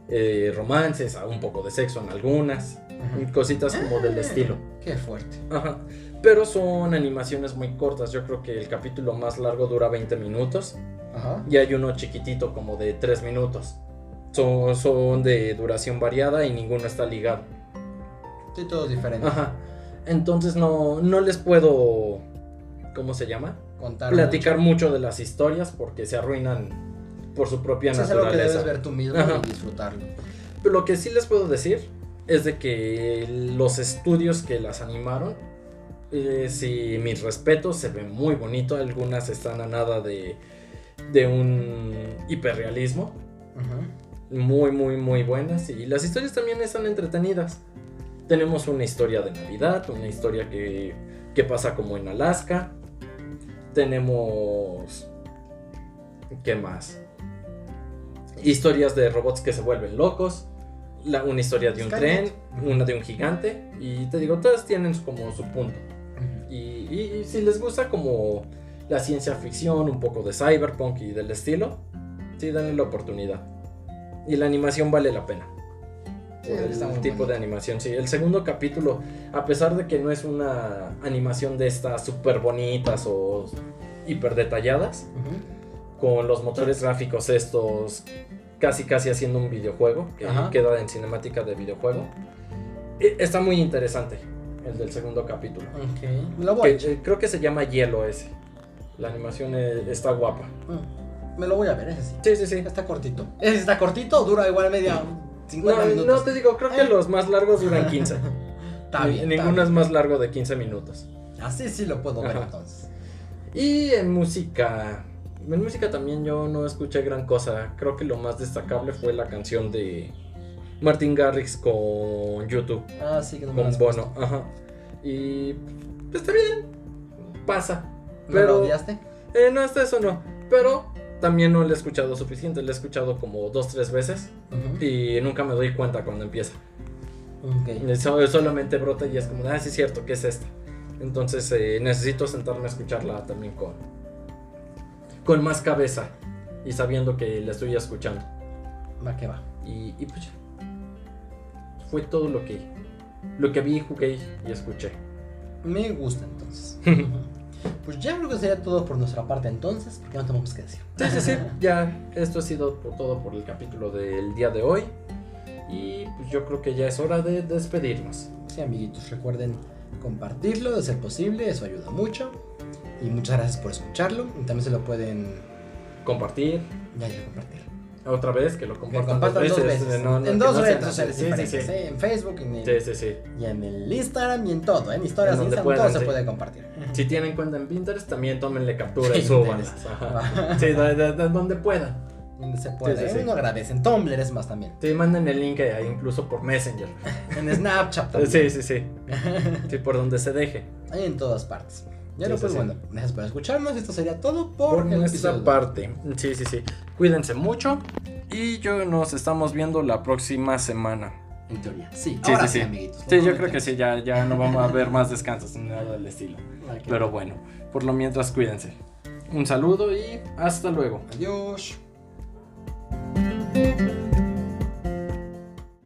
Speaker 1: eh, romances, un poco de sexo en algunas,
Speaker 2: Ajá.
Speaker 1: cositas como del
Speaker 2: Ah.
Speaker 1: estilo.
Speaker 2: Qué fuerte.
Speaker 1: Ajá. Pero son animaciones muy cortas. Yo creo que el capítulo más largo dura 20 minutos.
Speaker 2: Ajá.
Speaker 1: Y hay uno chiquitito, como de 3 minutos. Son, son de duración variada y ninguno está ligado.
Speaker 2: Sí, todo diferente.
Speaker 1: Ajá. Entonces no, no les puedo. ¿Cómo se llama?
Speaker 2: Contar.
Speaker 1: Platicar mucho de las historias porque se arruinan por su propia
Speaker 2: mucho. Eso es algo que
Speaker 1: naturaleza.
Speaker 2: debes ver tú mismo
Speaker 1: Ajá.
Speaker 2: y disfrutarlo.
Speaker 1: Pero lo que sí les puedo decir es de que los estudios que las animaron, eh, sí, mis respetos, se ven muy bonito. Algunas están a nada de, de un hiperrealismo.
Speaker 2: Ajá.
Speaker 1: Muy, muy, muy buenas. Y las historias también están entretenidas. Tenemos una historia de Navidad, una historia que, que pasa como en Alaska. Tenemos... ¿Qué más? Historias de robots que se vuelven locos. la- una historia de un
Speaker 2: Skynet.
Speaker 1: tren, una de un gigante. Y te digo, todas tienen como su punto. Y, y- y si les gusta como la ciencia ficción, un poco de cyberpunk y del estilo, sí, denle la oportunidad. Y la animación vale la pena.
Speaker 2: Sí,
Speaker 1: Por el
Speaker 2: está muy
Speaker 1: tipo
Speaker 2: bonito.
Speaker 1: de animación, sí. El segundo capítulo, a pesar de que no es una animación de estas súper bonitas o hiper detalladas,
Speaker 2: Ujú.
Speaker 1: con los motores gráficos estos casi casi haciendo un videojuego, que
Speaker 2: Ajá.
Speaker 1: queda en cinemática de videojuego, e- está muy interesante el del segundo capítulo.
Speaker 2: Ok. Lo
Speaker 1: Que,
Speaker 2: voy.
Speaker 1: eh, creo que se llama Hielo ese. La animación eh, está guapa.
Speaker 2: Mm. Me lo voy a ver, ese sí.
Speaker 1: Sí, sí, sí.
Speaker 2: Está cortito. Ese está cortito, dura igual media 50
Speaker 1: No,
Speaker 2: minutos.
Speaker 1: no te digo, creo que
Speaker 2: Eh.
Speaker 1: los más largos duran 15.
Speaker 2: Está
Speaker 1: Ni-
Speaker 2: bien. está
Speaker 1: Ninguno es
Speaker 2: bien.
Speaker 1: más largo de 15 minutos.
Speaker 2: Así sí lo puedo ver
Speaker 1: Ajá.
Speaker 2: entonces.
Speaker 1: Y en música. En música también yo no escuché gran cosa. Creo que lo más destacable fue la canción de Martin Garrix con YouTube.
Speaker 2: Ah, sí que no me lo
Speaker 1: Con
Speaker 2: has
Speaker 1: Bono. Ajá. Y pues, está bien. Pasa.
Speaker 2: puesto. ¿No
Speaker 1: Pero
Speaker 2: lo odiaste?
Speaker 1: Eh, no, hasta eso no. Pero también no lo he escuchado suficiente. Lo he escuchado como dos, tres veces.
Speaker 2: Ujú.
Speaker 1: Y nunca me doy cuenta cuando empieza. Eh,
Speaker 2: Ok.
Speaker 1: So- solamente brota y es como, ah, sí es cierto, ¿qué es esta? Entonces eh, necesito sentarme a escucharla también con, con más cabeza. Y sabiendo que la estoy escuchando.
Speaker 2: Va que va.
Speaker 1: Y, y pues ya. Fue todo lo que, lo que vi, jugué y escuché.
Speaker 2: Me gusta entonces. Ujú. pues ya creo que sería todo por nuestra parte entonces, porque no tenemos que decir.
Speaker 1: Sí, sí, sí. Ya, esto ha sido por- todo por el capítulo del día de hoy. Y pues yo creo que ya es hora de despedirnos.
Speaker 2: Sí, amiguitos, recuerden compartirlo de ser posible, eso ayuda mucho. Y muchas gracias por escucharlo. Y también se lo pueden
Speaker 1: Compartir.
Speaker 2: ya, ya compartir.
Speaker 1: Otra vez, que lo
Speaker 2: Que lo
Speaker 1: compartan dos
Speaker 2: compartan
Speaker 1: veces.
Speaker 2: dos veces.
Speaker 1: no, no, que
Speaker 2: en dos
Speaker 1: no
Speaker 2: redes
Speaker 1: sea-
Speaker 2: sociales
Speaker 1: sí, sí,
Speaker 2: diferentes.
Speaker 1: sí.
Speaker 2: ¿eh? En Facebook, en el,
Speaker 1: Sí, sí, sí.
Speaker 2: y en el Instagram y en todo. ¿eh? En historias
Speaker 1: En donde
Speaker 2: de Instagram
Speaker 1: puedan,
Speaker 2: todo se
Speaker 1: sí.
Speaker 2: puede compartir.
Speaker 1: Si tienen cuenta en Pinterest, también tómenle captura y
Speaker 2: Sí,
Speaker 1: súbanlas.
Speaker 2: Pinterest.
Speaker 1: Ajá. Sí, de- de- de- donde puedan.
Speaker 2: Donde se puede.
Speaker 1: Sí, sí,
Speaker 2: ¿eh?
Speaker 1: sí.
Speaker 2: Uno agradece. En Tumblr es más también.
Speaker 1: Sí, manden el link ahí, incluso por Messenger.
Speaker 2: En Snapchat también.
Speaker 1: Sí, sí, sí. Sí, por donde se deje.
Speaker 2: Hay en todas partes. Ya
Speaker 1: Sí,
Speaker 2: no,
Speaker 1: sí,
Speaker 2: pues
Speaker 1: sí.
Speaker 2: bueno, gracias por escucharnos. Esto sería todo
Speaker 1: Por
Speaker 2: por, el
Speaker 1: nuestra
Speaker 2: episodio.
Speaker 1: parte. Sí, sí, sí. Cuídense mucho. Y yo nos estamos viendo la próxima semana.
Speaker 2: En teoría. Sí,
Speaker 1: Sí, sí,
Speaker 2: ahora sí,
Speaker 1: sí.
Speaker 2: amiguitos.
Speaker 1: Sí, yo creo que sí, ya, ya no vamos a ver más descansos ni nada del estilo.
Speaker 2: Ok.
Speaker 1: Pero bueno, por lo mientras cuídense. Un saludo y hasta luego.
Speaker 2: Adiós.